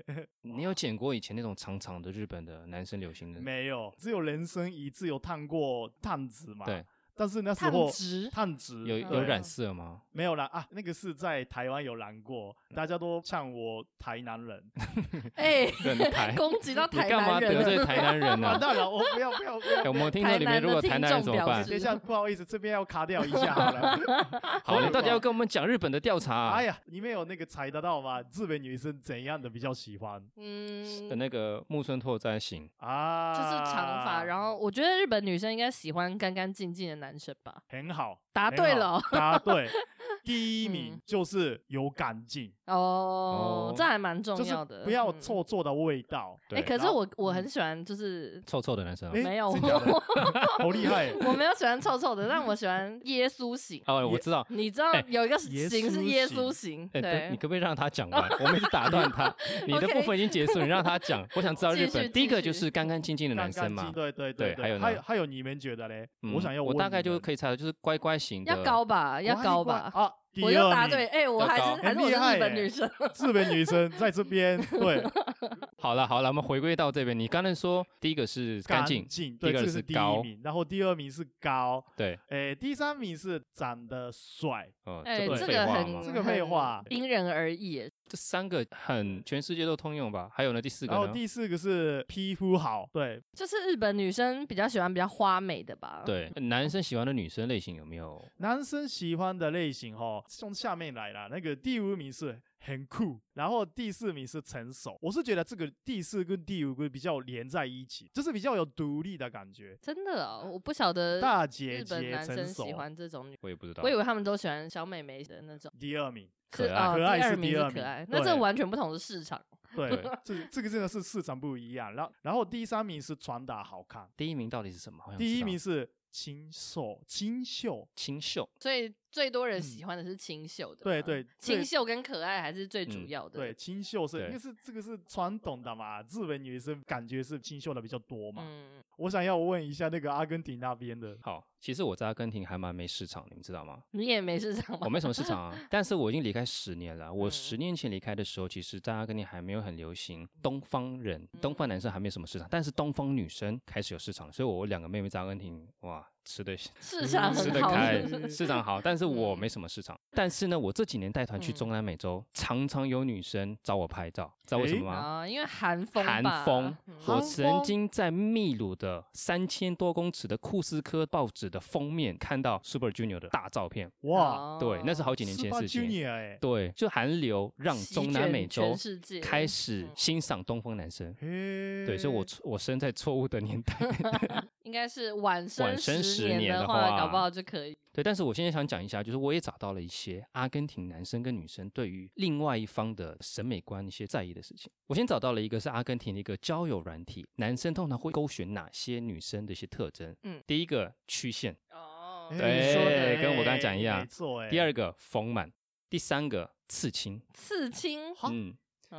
Speaker 2: 你有剪过以前那种长长的日本的男生流行的？
Speaker 1: [laughs] 没有，只有人生一次有烫过烫子嘛，
Speaker 2: 对，
Speaker 1: 但是那时
Speaker 3: 烫
Speaker 1: 候
Speaker 3: 直，
Speaker 1: [laughs] 烫直
Speaker 2: 有
Speaker 1: 对
Speaker 2: 有染色
Speaker 3: [laughs]
Speaker 2: 吗？
Speaker 1: 没有啦啊？那个是在台湾有染过，
Speaker 2: 嗯
Speaker 1: 大家都呛我台南人
Speaker 2: [laughs]
Speaker 3: 哎、，
Speaker 2: 很台
Speaker 3: 攻击到
Speaker 2: [laughs] 你
Speaker 3: 台
Speaker 2: 干嘛
Speaker 3: 南人
Speaker 2: 得
Speaker 3: 了，
Speaker 2: 罪台南人
Speaker 1: [laughs] 啊！
Speaker 3: [laughs]
Speaker 2: 啊？
Speaker 1: 当然我不要不要不
Speaker 2: 哎
Speaker 1: 要，
Speaker 2: 我们听众里面如果台南人怎么办
Speaker 3: 台南的听众表示？
Speaker 1: 等一下不好意思，这边要卡掉一下好了。
Speaker 2: 好，你到
Speaker 3: [laughs]
Speaker 2: 底要跟我们讲日本的调查啊
Speaker 1: 哎？呀，你们有那个猜得到吗？日本女生怎样的比较喜欢
Speaker 3: 嗯，
Speaker 2: 那个木村拓哉型，
Speaker 1: 啊？
Speaker 3: 就是长发，
Speaker 1: 后
Speaker 3: 然后我觉得日本女生应该喜欢干干净净的男生吧。
Speaker 1: 很好，
Speaker 3: 答
Speaker 1: 很
Speaker 3: 对
Speaker 1: 好
Speaker 3: [laughs] 了哦，
Speaker 1: 答对。第一名
Speaker 3: 嗯
Speaker 1: 就是有干劲，
Speaker 3: 哦
Speaker 2: 哦，
Speaker 3: 这还蛮重
Speaker 1: 就是
Speaker 3: 要的，
Speaker 1: 不要
Speaker 3: 嗯。
Speaker 1: 臭臭的味道。
Speaker 3: 哎，
Speaker 2: 对
Speaker 3: 可是
Speaker 1: 然后嗯
Speaker 3: 我我很喜欢，就是
Speaker 2: 臭臭的男生啊
Speaker 1: 诶
Speaker 3: 没有
Speaker 1: 真假
Speaker 3: [laughs]
Speaker 1: 的好厉
Speaker 2: [laughs]
Speaker 1: 害！
Speaker 3: 我没有喜欢臭臭的，但我喜欢耶稣型。
Speaker 2: 哦，我知道。
Speaker 3: 你知道
Speaker 2: 哎
Speaker 3: 有一个
Speaker 1: 耶
Speaker 3: 型
Speaker 1: 稣
Speaker 3: 是耶
Speaker 1: 型
Speaker 3: 稣型，
Speaker 2: 哎、
Speaker 3: 对
Speaker 2: 等你可不可以让他讲完？我每次打断
Speaker 3: [laughs]
Speaker 2: 他，你的
Speaker 3: OK
Speaker 2: 部分已经结束，你让他讲。我想知道日
Speaker 3: 继续
Speaker 2: 本第一个就
Speaker 3: 继续
Speaker 2: 是干干净净的
Speaker 1: 干
Speaker 2: 男生
Speaker 1: 干净
Speaker 2: 嘛，
Speaker 1: 对对
Speaker 2: 对还有
Speaker 1: 对，
Speaker 2: 呢
Speaker 1: 还有还有你们觉得嘞？
Speaker 2: 嗯
Speaker 1: 我想要
Speaker 2: 我
Speaker 1: 问
Speaker 2: 大概
Speaker 1: 你
Speaker 2: 就
Speaker 1: 们
Speaker 2: 可以猜到，就是乖乖型的，
Speaker 3: 要高吧，要高吧。
Speaker 1: 啊！第
Speaker 3: 我又答
Speaker 1: 二
Speaker 3: 对，
Speaker 1: 名，
Speaker 3: 哎、我
Speaker 2: 要
Speaker 3: 还
Speaker 2: 高
Speaker 3: 是还
Speaker 1: 很
Speaker 3: 是我
Speaker 1: 厉
Speaker 3: 是
Speaker 1: 害
Speaker 3: 日本
Speaker 1: 哎
Speaker 3: 女生，
Speaker 1: [laughs] 日本女生在这边，
Speaker 2: [laughs]
Speaker 1: 对，
Speaker 2: 好了好了，我们回归到这边。你刚才说第一个是干净，
Speaker 1: 净，
Speaker 2: 第
Speaker 1: 对，
Speaker 2: 一个
Speaker 1: 这
Speaker 2: 是
Speaker 1: 第
Speaker 2: 高
Speaker 1: 一名，然后第二名是高，
Speaker 2: 对，
Speaker 1: 诶，第三名是长得帅，
Speaker 2: 哦，
Speaker 3: 哎、
Speaker 2: 这不是
Speaker 3: 这
Speaker 2: 废
Speaker 3: 个
Speaker 2: 话
Speaker 3: 很
Speaker 2: 吗？
Speaker 1: 这个废
Speaker 3: 很
Speaker 1: 话
Speaker 3: 因人而异哎。
Speaker 2: 这三个很全世界都通用吧？还有呢，第四个
Speaker 1: 然后
Speaker 2: 呢？
Speaker 1: 第四个是皮肤好，对，
Speaker 3: 就是日本女生比较喜欢比较花美的吧？，
Speaker 2: 对，男生喜欢的女生类型有没有？
Speaker 1: 男生喜欢的类型哦，从下面来啦。那个第五名是很酷，然后第四名是成熟。我是觉得这个第四跟第五个比较连在一起，就是比较有独立的感觉。
Speaker 3: 真的哦，我不晓得
Speaker 1: 大姐
Speaker 3: 日本
Speaker 1: 姐
Speaker 3: 男
Speaker 1: 成
Speaker 3: 生
Speaker 1: 熟
Speaker 3: 喜，欢这种女，
Speaker 2: 我也不知道
Speaker 3: 我。以为他们都喜欢小美眉的那种，
Speaker 1: 第二名，
Speaker 2: 可
Speaker 3: 是
Speaker 2: 爱
Speaker 3: 哦，
Speaker 1: 可爱
Speaker 3: 第
Speaker 1: 是
Speaker 3: 二
Speaker 1: 第
Speaker 3: 名
Speaker 1: 二
Speaker 3: 可
Speaker 1: 名
Speaker 3: 爱，那这
Speaker 1: 对
Speaker 3: 完全不同的市场。
Speaker 1: 对
Speaker 2: 对，
Speaker 1: 这这个真的是市场不一样。然后然后第三名是穿搭好看，
Speaker 2: 第一名到底是什么？好想
Speaker 1: 第
Speaker 2: 知
Speaker 1: 一
Speaker 2: 道
Speaker 1: 名是清秀，清秀，
Speaker 2: 清秀，
Speaker 3: 所以最多人喜
Speaker 1: 嗯
Speaker 3: 欢的是清秀的嘛，
Speaker 1: 对对，最
Speaker 3: 清秀跟可爱还是最主
Speaker 2: 嗯
Speaker 3: 要的。
Speaker 1: 对，清秀是
Speaker 2: 对
Speaker 1: 因为是这个是传统的嘛，日本女生感觉是清秀的比较多嘛。
Speaker 3: 嗯，哦
Speaker 1: 我想要问一下那个阿根廷那边的，
Speaker 2: 好，其实我在阿根廷还蛮没市场，你们知道吗？
Speaker 3: 你也没市场
Speaker 2: 我
Speaker 3: 吗？
Speaker 2: 没什么市场
Speaker 3: [laughs]
Speaker 2: 啊，但是我已经离开十年了。我
Speaker 3: 嗯
Speaker 2: 十年前离开的时候，其实在阿根廷还没有很流行东方人，
Speaker 3: 嗯
Speaker 2: 东方男生还没有什么市场，但是东方女生开始有市场，所以我两个妹妹在阿根廷，哇，吃的
Speaker 3: 市场
Speaker 2: 吃
Speaker 3: 很
Speaker 2: 得
Speaker 3: 好 [laughs]
Speaker 2: 开
Speaker 3: 是不，是
Speaker 2: 市场好，但是我
Speaker 3: 嗯
Speaker 2: 没什么市场。但是呢，我这几年带团去
Speaker 3: 嗯
Speaker 2: 中南美洲，常常有女生找我拍照，知道为什
Speaker 1: 诶
Speaker 2: 么吗？
Speaker 3: 啊，因为韩风
Speaker 2: 韩
Speaker 3: 吧
Speaker 2: 风，
Speaker 3: 嗯
Speaker 2: 我
Speaker 1: 韩
Speaker 2: 曾
Speaker 1: 风
Speaker 2: 经在秘鲁的三千多公尺的库斯科报纸的封面看到 Super Junior 的大照片，
Speaker 1: 哇，
Speaker 2: 对，那是
Speaker 3: 哦
Speaker 2: 好几年前的
Speaker 1: Super
Speaker 2: 事情。
Speaker 1: Junior 哎、
Speaker 2: 对，就韩流让
Speaker 3: 席
Speaker 2: 中南
Speaker 3: 卷
Speaker 2: 美
Speaker 3: 全
Speaker 2: 洲
Speaker 3: 世界嗯
Speaker 2: 开始欣赏东方男生。
Speaker 1: 嘿
Speaker 2: 对，所以我错我生在错误的年代。
Speaker 3: 应该是晚生
Speaker 2: 晚生十
Speaker 3: 年
Speaker 2: 年的
Speaker 3: 话，
Speaker 2: 话
Speaker 3: 搞不好就可以。
Speaker 2: 对，但是我现在想讲一下，就是我也找到了一些阿根廷男生跟女生对于另外一方的审美观一些在意的事情。我先找到了一个是阿根廷的一个交友软体，男生通常会勾选哪些女生的一些特征？
Speaker 3: 嗯
Speaker 2: 嗯，第一个曲线，
Speaker 3: 哦
Speaker 1: 嘿
Speaker 2: 对
Speaker 1: 你说的
Speaker 2: 跟我刚
Speaker 1: 哎
Speaker 2: 讲一样
Speaker 1: 没错哎、
Speaker 2: 第二个丰满，第三个刺青。
Speaker 3: 刺青，
Speaker 2: 嗯，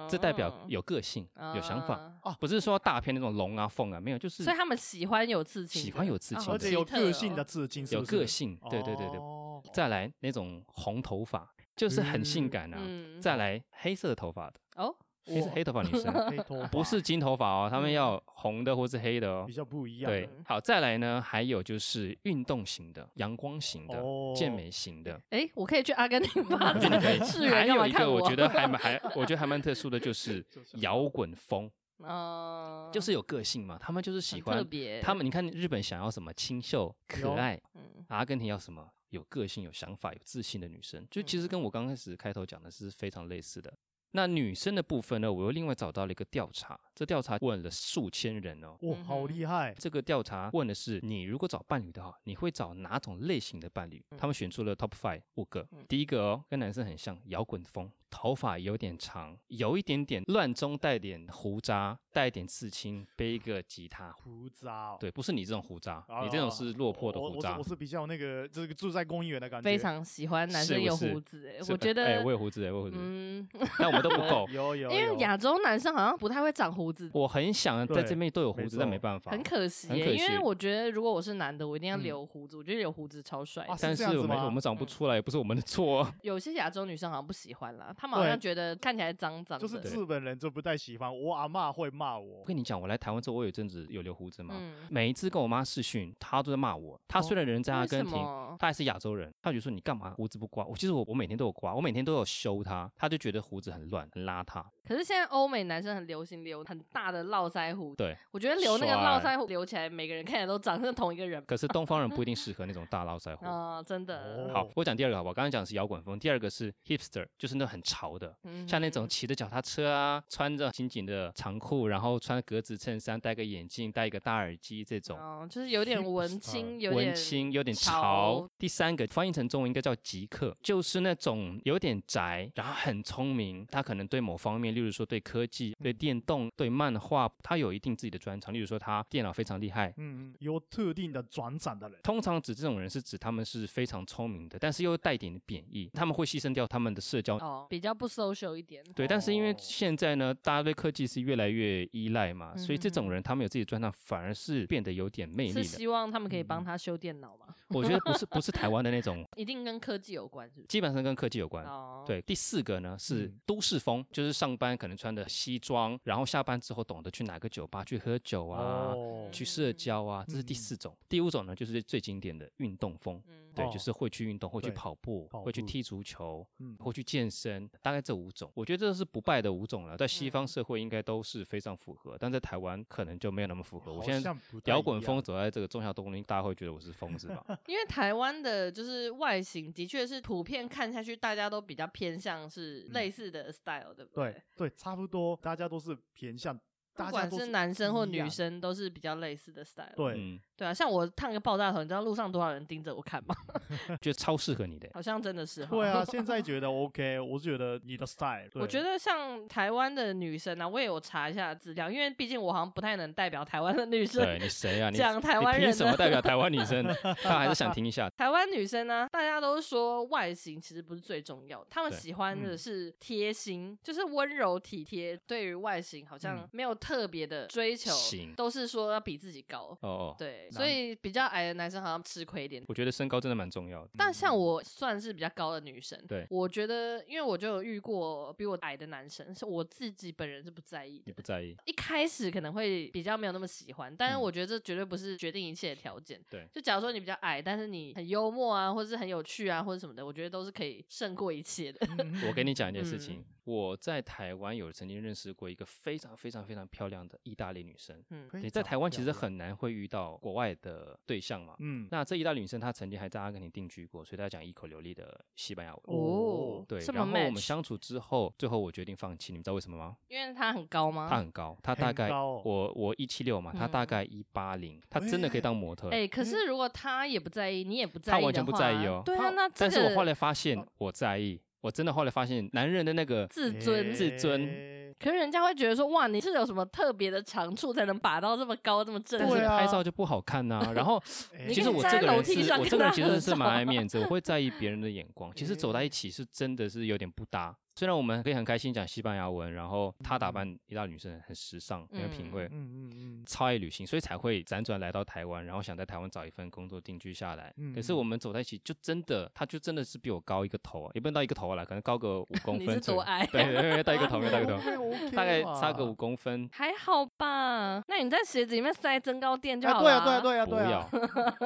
Speaker 2: 这代表
Speaker 3: 哦，
Speaker 2: 有个性、有想法
Speaker 3: 啊
Speaker 2: 不是说大片那种龙啊凤啊，没有，就是
Speaker 3: 所以他们喜欢有刺青的，
Speaker 2: 喜欢有刺
Speaker 3: 哦
Speaker 2: 青
Speaker 3: 好
Speaker 1: 而
Speaker 2: 的
Speaker 1: 且
Speaker 3: 奇
Speaker 1: 有
Speaker 3: 特
Speaker 1: 个性
Speaker 3: 哦
Speaker 1: 的致敬是
Speaker 2: 有
Speaker 1: 不是
Speaker 2: 个，性，对对对对。
Speaker 1: 哦
Speaker 2: 再来那种红头发，就是很性
Speaker 1: 嗯
Speaker 2: 感啊。
Speaker 3: 嗯
Speaker 2: 再来黑色的头发的，
Speaker 3: 哦，
Speaker 2: 黑色
Speaker 1: 哇
Speaker 2: 黑头发女生，
Speaker 1: 黑头发
Speaker 2: 不是金头发哦，他们要红的或是黑的哦
Speaker 1: 比。较不一样的，
Speaker 2: 对，好，再来呢，还有就是运动型的、阳光型的、健
Speaker 1: 哦
Speaker 2: 美型的。
Speaker 3: 哎，我可以去阿根廷吗？
Speaker 2: [laughs] 我觉得你可以
Speaker 3: [laughs] 世
Speaker 2: 还
Speaker 3: 元干
Speaker 2: 有
Speaker 3: 嘛
Speaker 2: 一
Speaker 3: 看
Speaker 2: 个
Speaker 3: 我
Speaker 2: 我觉得还蛮还，我觉得还蛮特殊的，就是摇滚风，
Speaker 3: 哦，
Speaker 2: 就是有个性嘛，他们就是喜
Speaker 3: 很特
Speaker 2: 欢
Speaker 3: 别，
Speaker 2: 他们。你看日本想要什么清秀、可
Speaker 1: 有
Speaker 2: 爱，
Speaker 3: 嗯
Speaker 2: 阿根廷要什么有个性、有想法、有自信的女生，就其实跟我刚开始开头讲的是非常类似的。那女生的部分呢，我又另外找到了一个调查，这调查问了数千人哦。
Speaker 1: 哇，
Speaker 3: 嗯
Speaker 1: 好厉害，
Speaker 2: 这个调查问的是你如果找伴侣的话，你会找哪种类型的伴侣？
Speaker 1: 嗯
Speaker 2: 他们选出了 top five 五个
Speaker 3: 嗯，
Speaker 2: 第一个哦，跟男生很像，摇滚风，头发有点长，有一点点乱中带点胡渣，带一点刺青，背一个吉他，
Speaker 1: 胡渣、哦，
Speaker 2: 对，不是你这种胡渣，
Speaker 1: 啊，
Speaker 2: 你这种是落魄的
Speaker 1: 我
Speaker 2: 胡
Speaker 1: 我是
Speaker 2: 渣
Speaker 1: 哦我。是比较那个，这个住在公园的感觉，
Speaker 3: 非常喜欢男
Speaker 2: 是
Speaker 3: 生
Speaker 2: 不
Speaker 3: 有
Speaker 2: 是
Speaker 3: 胡子，哎，
Speaker 2: 是
Speaker 3: 我觉
Speaker 2: 哎、
Speaker 3: 得
Speaker 2: 我，有胡子，哎我有胡子，
Speaker 3: 嗯，
Speaker 2: 但我们都不够。
Speaker 1: [laughs] 有有，
Speaker 3: 因为
Speaker 1: 有
Speaker 3: 亚洲男生好像不太会长胡子，
Speaker 2: [laughs] 我很想在
Speaker 1: 对
Speaker 2: 这边都有
Speaker 1: 没
Speaker 2: 胡子，但没
Speaker 1: 错
Speaker 2: 办法。
Speaker 3: 很可惜
Speaker 2: 很
Speaker 3: 耶，
Speaker 2: 可
Speaker 3: 因为
Speaker 2: 惜
Speaker 3: 我觉得如果我是男的，我一定要
Speaker 2: 嗯
Speaker 3: 留胡子，我觉得留胡子超帅的。
Speaker 1: 啊是
Speaker 2: 但
Speaker 1: 这
Speaker 2: 是
Speaker 1: 样
Speaker 2: 我
Speaker 1: 子
Speaker 2: 们
Speaker 1: 吗
Speaker 2: 我们长不
Speaker 3: 嗯
Speaker 2: 出来，也不是我们的错哦。 [laughs]
Speaker 3: 有些亚洲女生好像不喜欢啦，她们好
Speaker 1: 对
Speaker 3: 像觉得看起来脏脏
Speaker 1: 就
Speaker 3: 的。
Speaker 1: 是
Speaker 2: 对
Speaker 1: 日本人就不太喜欢，我阿嬷会骂我
Speaker 2: 我，跟你讲，我来台湾之后，我有一阵子有留胡子嘛，
Speaker 3: 嗯，
Speaker 2: 每一次跟我妈视讯，她都在骂我。她虽然人在阿
Speaker 3: 哦为什
Speaker 2: 根廷，
Speaker 3: 么？
Speaker 2: 她还是亚洲人，她就说你干嘛胡子不刮？我其实我我每天都有刮，我每天都有修它，她就觉得胡子很乱很邋遢。
Speaker 3: 可是现在欧美男生很流行留很大的络腮胡，
Speaker 2: 对，
Speaker 3: 我觉得留那个
Speaker 2: 帅
Speaker 3: 络腮胡留起来，每个人看起来都长得同一个人。
Speaker 2: 可是东方人不一定适合那种大络腮胡。
Speaker 3: 啊、真的。
Speaker 1: 哦
Speaker 2: 好，我讲第二个好不好？刚刚讲的是摇滚风，第二个是 hipster，就是那很潮的，
Speaker 3: 嗯
Speaker 2: 像那种骑着脚踏车啊，穿着紧紧的长裤，然后穿格子衬衫，戴个眼镜，戴一个大耳机这种。
Speaker 3: 哦，就是有点文青，有点
Speaker 2: 呃文青有点潮
Speaker 3: 潮。
Speaker 2: 第三个翻译成中文应该叫极客，就是那种有点宅，然后很聪明。他可能对某方面，例如说对科技、对电动、对漫画，他有一定自己的专长。例如说他电脑非常厉害。
Speaker 1: 嗯，嗯有特定的转展的人，
Speaker 2: 通常指这种人是指他们是非常聪明的，但是又带一点贬义，他们会牺牲掉他们的社交
Speaker 3: 哦，比较不 social 一点。
Speaker 2: 对，但是因为
Speaker 1: 哦
Speaker 2: 现在呢，大家对科技是越来越依赖嘛，所以这
Speaker 3: 嗯嗯
Speaker 2: 种
Speaker 3: 嗯
Speaker 2: 人他们有自己的专长，反而是变得有点魅
Speaker 3: 是
Speaker 2: 力嗯了。
Speaker 3: 希望他们可以帮他修电脑嘛？
Speaker 2: 我觉得不是不是台湾的那种，
Speaker 3: 一定跟科技有关，是不
Speaker 2: 基本上跟科技有
Speaker 3: [laughs] 是？
Speaker 2: 关。
Speaker 3: 哦，，
Speaker 2: 对，第四个呢是
Speaker 1: 嗯
Speaker 2: 都市风，就是上班可能穿的西装，然后下班之后懂得去哪个酒吧去喝酒啊，
Speaker 1: 哦
Speaker 2: 去社交啊，这是第
Speaker 1: 嗯嗯
Speaker 2: 四种。第五种呢就是最经典的运动风，
Speaker 3: 嗯，
Speaker 2: 对，
Speaker 1: 哦
Speaker 2: 就是会去运动，会去
Speaker 1: 对
Speaker 2: 跑步，
Speaker 1: 跑
Speaker 2: 会去
Speaker 1: 步
Speaker 2: 踢足球，
Speaker 1: 嗯
Speaker 2: 或去健身，大概这五种，我觉得这是不败的五种了，在西方
Speaker 3: 嗯
Speaker 2: 社会应该都是非常符合，但在台湾可能就没有那么符合。我
Speaker 1: 好
Speaker 2: 现在
Speaker 1: 像不太
Speaker 2: 摇
Speaker 1: 一
Speaker 2: 滚
Speaker 1: 样
Speaker 2: 风走在这个中小动物园，大家会觉得我是疯子吧？
Speaker 3: 因为台湾的就是外形的确是普遍看下去，大家都比较偏向是
Speaker 2: 嗯
Speaker 3: 类似的 style，对不
Speaker 1: 对？对，差不多，大家都是偏向，
Speaker 3: 不
Speaker 1: 大家
Speaker 3: 管
Speaker 1: 都
Speaker 3: 是男生或
Speaker 1: 一
Speaker 3: 女
Speaker 1: 样，
Speaker 3: 生，都是比较类似的 style。
Speaker 1: [laughs] 对，
Speaker 2: 嗯，
Speaker 3: 对啊，像我烫个爆炸头，你知道路上多少人盯着我看吗？ [laughs]
Speaker 2: 觉得超适合你的。
Speaker 3: 好像真的是。
Speaker 1: 对啊，，现在觉得 OK，我觉得你的 style，
Speaker 3: 我觉
Speaker 1: 得
Speaker 3: 得像台湾的女生啊，我也有查一下资料，因为毕竟我好像不太能代表台湾的
Speaker 2: 对
Speaker 3: 女生
Speaker 2: 你谁啊？你
Speaker 3: 讲台湾
Speaker 2: 你凭
Speaker 3: 人
Speaker 2: 什么
Speaker 3: 的。 [laughs]
Speaker 2: 代表台湾女生？他还是想听一下。
Speaker 3: 台湾女生呢、大家都说外形其实不是最重要，她们
Speaker 2: 对
Speaker 3: 喜欢的
Speaker 1: 嗯
Speaker 3: 是贴心，就是温柔体贴。对于外形好像
Speaker 1: 嗯
Speaker 3: 没有特别的追求，
Speaker 2: 行
Speaker 3: 都是说要比自己高。
Speaker 2: 哦哦，
Speaker 3: 对，
Speaker 1: 男
Speaker 3: 所以比较矮的男生好像吃亏一点。
Speaker 2: 我觉得身高真的蛮重要的。
Speaker 3: 但像我算是比较高的女生，
Speaker 2: 嗯对
Speaker 3: 我觉得，因为我就有遇过比我矮的男生，是我自己本人是不在意
Speaker 2: 你
Speaker 3: 的
Speaker 2: 不。在意，
Speaker 3: 一开始可能会比较没有那么喜欢，但是
Speaker 2: 嗯
Speaker 3: 我觉得这绝对不是决定一切的条件。
Speaker 2: 对
Speaker 3: 就假如说你比较矮，但是你很幽默啊，或者是很有趣啊，或者什么的，我觉得都是可以胜过一切的。
Speaker 1: 嗯
Speaker 2: 我给你讲一件事
Speaker 3: 嗯
Speaker 2: 情，我在台湾有曾经认识过一个非常非常非常漂亮的意大利女生。
Speaker 3: 嗯，
Speaker 1: 可以
Speaker 2: 你在
Speaker 1: 讲
Speaker 2: 台湾
Speaker 1: 这
Speaker 2: 其实
Speaker 1: 样
Speaker 2: 很难会遇到国外的对象嘛。
Speaker 1: 嗯，
Speaker 2: 那这意大利女生她曾经还在阿根廷定居过，所以她讲一口流利的西班牙文。
Speaker 1: 哦
Speaker 2: 对，
Speaker 3: 这
Speaker 2: 然
Speaker 3: 么
Speaker 2: 后我
Speaker 3: match，
Speaker 2: 们相处之后，最后我决定放弃，你们知道为什么吗？
Speaker 3: 因为他很高吗？
Speaker 2: 她很高，她大
Speaker 1: 很
Speaker 2: 概、
Speaker 1: 高哦
Speaker 2: 我我一七六嘛，她大
Speaker 3: 嗯
Speaker 2: 概一八零，她真的可以
Speaker 1: 喂
Speaker 2: 当模特。
Speaker 3: 哎、可是如果他也不在意，你也不在意
Speaker 2: 他完全
Speaker 3: 的
Speaker 2: 不在
Speaker 3: 话
Speaker 2: 意哦
Speaker 3: 对啊，
Speaker 1: 他
Speaker 3: 那这
Speaker 2: 但
Speaker 3: 个哦
Speaker 2: 是我后来发现我在意，我真的后来发现男人的那个
Speaker 3: [laughs] 自尊
Speaker 2: 自尊
Speaker 1: 诶
Speaker 3: 可是人家会觉得说，哇，你是有什么特别的长处才能拔到这么高、这么正
Speaker 2: 但
Speaker 1: 对
Speaker 2: 是
Speaker 1: 啊
Speaker 2: 拍照就不好看
Speaker 3: [laughs]
Speaker 2: 呐、然后
Speaker 1: 诶
Speaker 2: 其
Speaker 3: 你
Speaker 2: 实
Speaker 3: 可以
Speaker 2: 我这
Speaker 3: 站在
Speaker 2: 个人
Speaker 3: 楼梯
Speaker 2: 是
Speaker 3: 上
Speaker 2: 我
Speaker 3: 跟
Speaker 2: 这个人
Speaker 3: 他
Speaker 2: 其实
Speaker 3: 合
Speaker 2: 是
Speaker 3: 照
Speaker 2: 蛮爱面子，我会在意别人的眼光。其实走在一
Speaker 1: 嗯
Speaker 2: 起是真的是有点不搭。虽然我们可以很开心讲西班牙文，然后她
Speaker 3: 嗯
Speaker 2: 打扮一大女生很时尚，很有品味，
Speaker 1: 嗯嗯嗯，
Speaker 2: 超爱旅行，所以才会辗转来到台湾，然后想在台湾找一份工作定居下来。可是
Speaker 1: 嗯
Speaker 2: 我们走在一起，就真的她就真的是比我高一个头啊，也不能到一个头啊了，可能高个五公
Speaker 3: [laughs] 你
Speaker 2: 分
Speaker 3: 是
Speaker 2: 左
Speaker 3: 多
Speaker 2: 右。
Speaker 3: 矮？
Speaker 2: 对对对，到一个头，没有到一个
Speaker 3: [laughs]
Speaker 1: 啊
Speaker 2: 头，
Speaker 1: 头
Speaker 2: 大概差个五公分。
Speaker 3: 还好吧？那你在鞋子里面塞增高垫就
Speaker 1: 啊，
Speaker 3: 好
Speaker 1: 对
Speaker 3: 了、
Speaker 1: 啊对啊对啊
Speaker 2: 不
Speaker 1: 对
Speaker 2: 要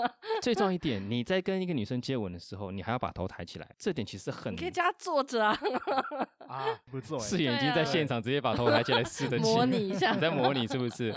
Speaker 1: 啊，。
Speaker 3: [laughs]
Speaker 2: 最重要一点，你在跟一个女生接吻的时候，你还要把头抬起来，这点其实很
Speaker 3: 你可以叫他坐着啊，
Speaker 1: 啊，不
Speaker 2: [laughs]
Speaker 1: 错，
Speaker 2: 是眼睛
Speaker 3: 对
Speaker 2: 在
Speaker 3: 啊
Speaker 2: 现场直接把头抬起来试的
Speaker 3: 模拟一
Speaker 2: [laughs]
Speaker 3: 下
Speaker 2: 你。在模拟是不
Speaker 3: [laughs]
Speaker 2: 是？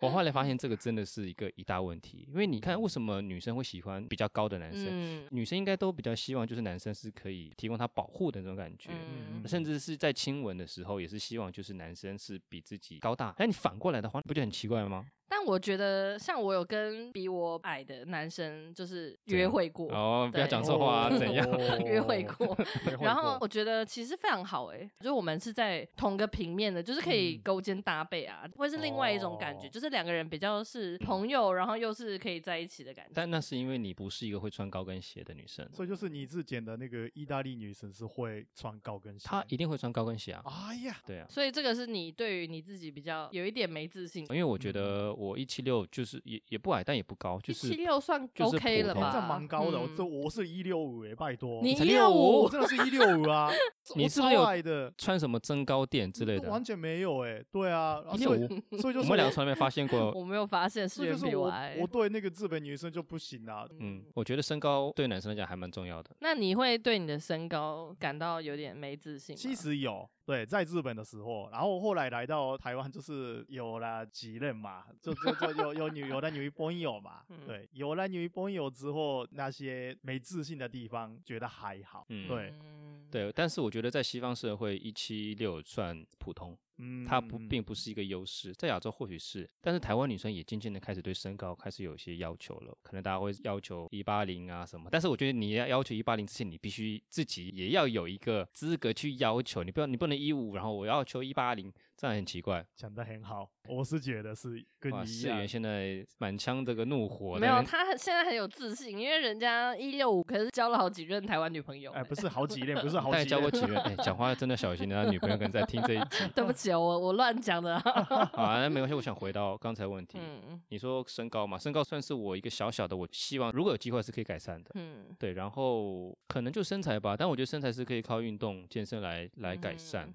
Speaker 2: 我后来发现这个真的是一个一大问题，因为你看为什么女生会喜欢比较高的男生？
Speaker 3: 嗯
Speaker 2: 女生应该都比较希望就是男生是可以提供她保护的那种感觉。
Speaker 3: 嗯
Speaker 1: 嗯
Speaker 2: 甚至是在亲吻的时候，也是希望就是男生是比自己高大。那你反过来的话，不就很奇怪吗？
Speaker 3: 但我觉得，像我有跟比我矮的男生就是约会过，
Speaker 2: 哦，不要
Speaker 3: 对
Speaker 2: 讲错话啊，怎样？
Speaker 1: 哦
Speaker 3: 约会过，
Speaker 1: 约会
Speaker 3: 然后
Speaker 1: 过
Speaker 3: 我觉得其实非常好哎、就是我们是在同个平面的，就是可以
Speaker 1: 嗯
Speaker 3: 勾肩搭背啊，会是另外一种感觉，
Speaker 1: 哦
Speaker 3: 就是两个人比较是朋友，然后又是可以在一起的感觉。
Speaker 2: 但那是因为你不是一个会穿高跟鞋的女生，
Speaker 1: 所以就是你之前的那个意大利女神是会穿高跟鞋，
Speaker 2: 她一定会穿高跟鞋啊。
Speaker 1: 哎呀，
Speaker 2: 对啊，
Speaker 3: 所以这个是你对于你自己比较有一点没自信
Speaker 2: 因，为我觉得我一七六就是也也不矮，但也不高，就
Speaker 3: 一七
Speaker 2: 是
Speaker 3: 六算
Speaker 2: 就是
Speaker 3: OK
Speaker 2: 普
Speaker 3: 了
Speaker 2: 通
Speaker 3: 吧？
Speaker 1: 这蛮高的，我
Speaker 3: 嗯
Speaker 1: 这我是一六五哎，拜托，
Speaker 3: 你
Speaker 2: 才
Speaker 3: 165
Speaker 1: 我真的是一六五啊，
Speaker 2: [laughs] 你
Speaker 1: 我
Speaker 2: 是不是有
Speaker 1: 超矮的
Speaker 2: 穿什么增高垫之类的。
Speaker 1: 嗯完全没有哎，对啊，啊
Speaker 2: 一六
Speaker 1: 所以
Speaker 2: 五，
Speaker 1: 所以就
Speaker 2: 我
Speaker 1: 是
Speaker 2: 们两个从来没发现过。
Speaker 3: [laughs] 我没有发现是
Speaker 1: 所以
Speaker 3: 远
Speaker 1: 就是
Speaker 3: 比
Speaker 1: 我
Speaker 3: 矮。
Speaker 1: 我对那个日本女生就不行啊，
Speaker 2: 嗯，我觉得身高对男生来讲还蛮重要的。
Speaker 3: 那你会对你的身高感到有点没自信吗？
Speaker 1: 其实有，对，在日本的时候，然后后来来到台湾，就是有了几任嘛，就就就有有女有了女朋友嘛，
Speaker 3: 嗯
Speaker 1: [laughs] 对，有了女朋友之后，那些没自信的地方觉得还好，
Speaker 2: 嗯
Speaker 1: 对，
Speaker 3: 嗯
Speaker 2: 对，但是我觉得在西方社会，一七六算普通，
Speaker 1: 嗯，
Speaker 2: 它不并不是一个优势，在亚洲或许是，但是台湾女生也渐渐的开始对身高开始有一些要求了，可能大家会要求一八零啊什么，但是我觉得你要要求一八零之前，你必须自己也要有一个资格去要求，你不要你不能一五，然后我要求一八零，这样很奇怪。
Speaker 1: 讲的很好，我是觉得是跟
Speaker 2: 哇，
Speaker 1: 你一
Speaker 2: 世
Speaker 1: 样
Speaker 2: 元，现在满腔这个怒火，
Speaker 3: 没有，
Speaker 2: 但
Speaker 3: 他很现在很有自信，因为人家一六五可是交了好几任台湾女朋友。欸
Speaker 1: 哎，不是好几任，不是
Speaker 2: 大
Speaker 1: 好
Speaker 2: 概
Speaker 1: 几
Speaker 2: 交过
Speaker 1: 任，
Speaker 2: 几任，哎，讲话真的小心，他女朋友可能在听这一集。
Speaker 3: [laughs] 对不起哦，我我乱讲的啊。
Speaker 1: [laughs]
Speaker 2: 好、啊，那没关系，我想回到刚才问题。
Speaker 3: 嗯
Speaker 2: 你说身高嘛，身高算是我一个小小的，我希望如果有机会是可以改善的。
Speaker 3: 嗯，
Speaker 2: 对，然后可能就身材吧，但我觉得身材是可以靠运动健身来来改善。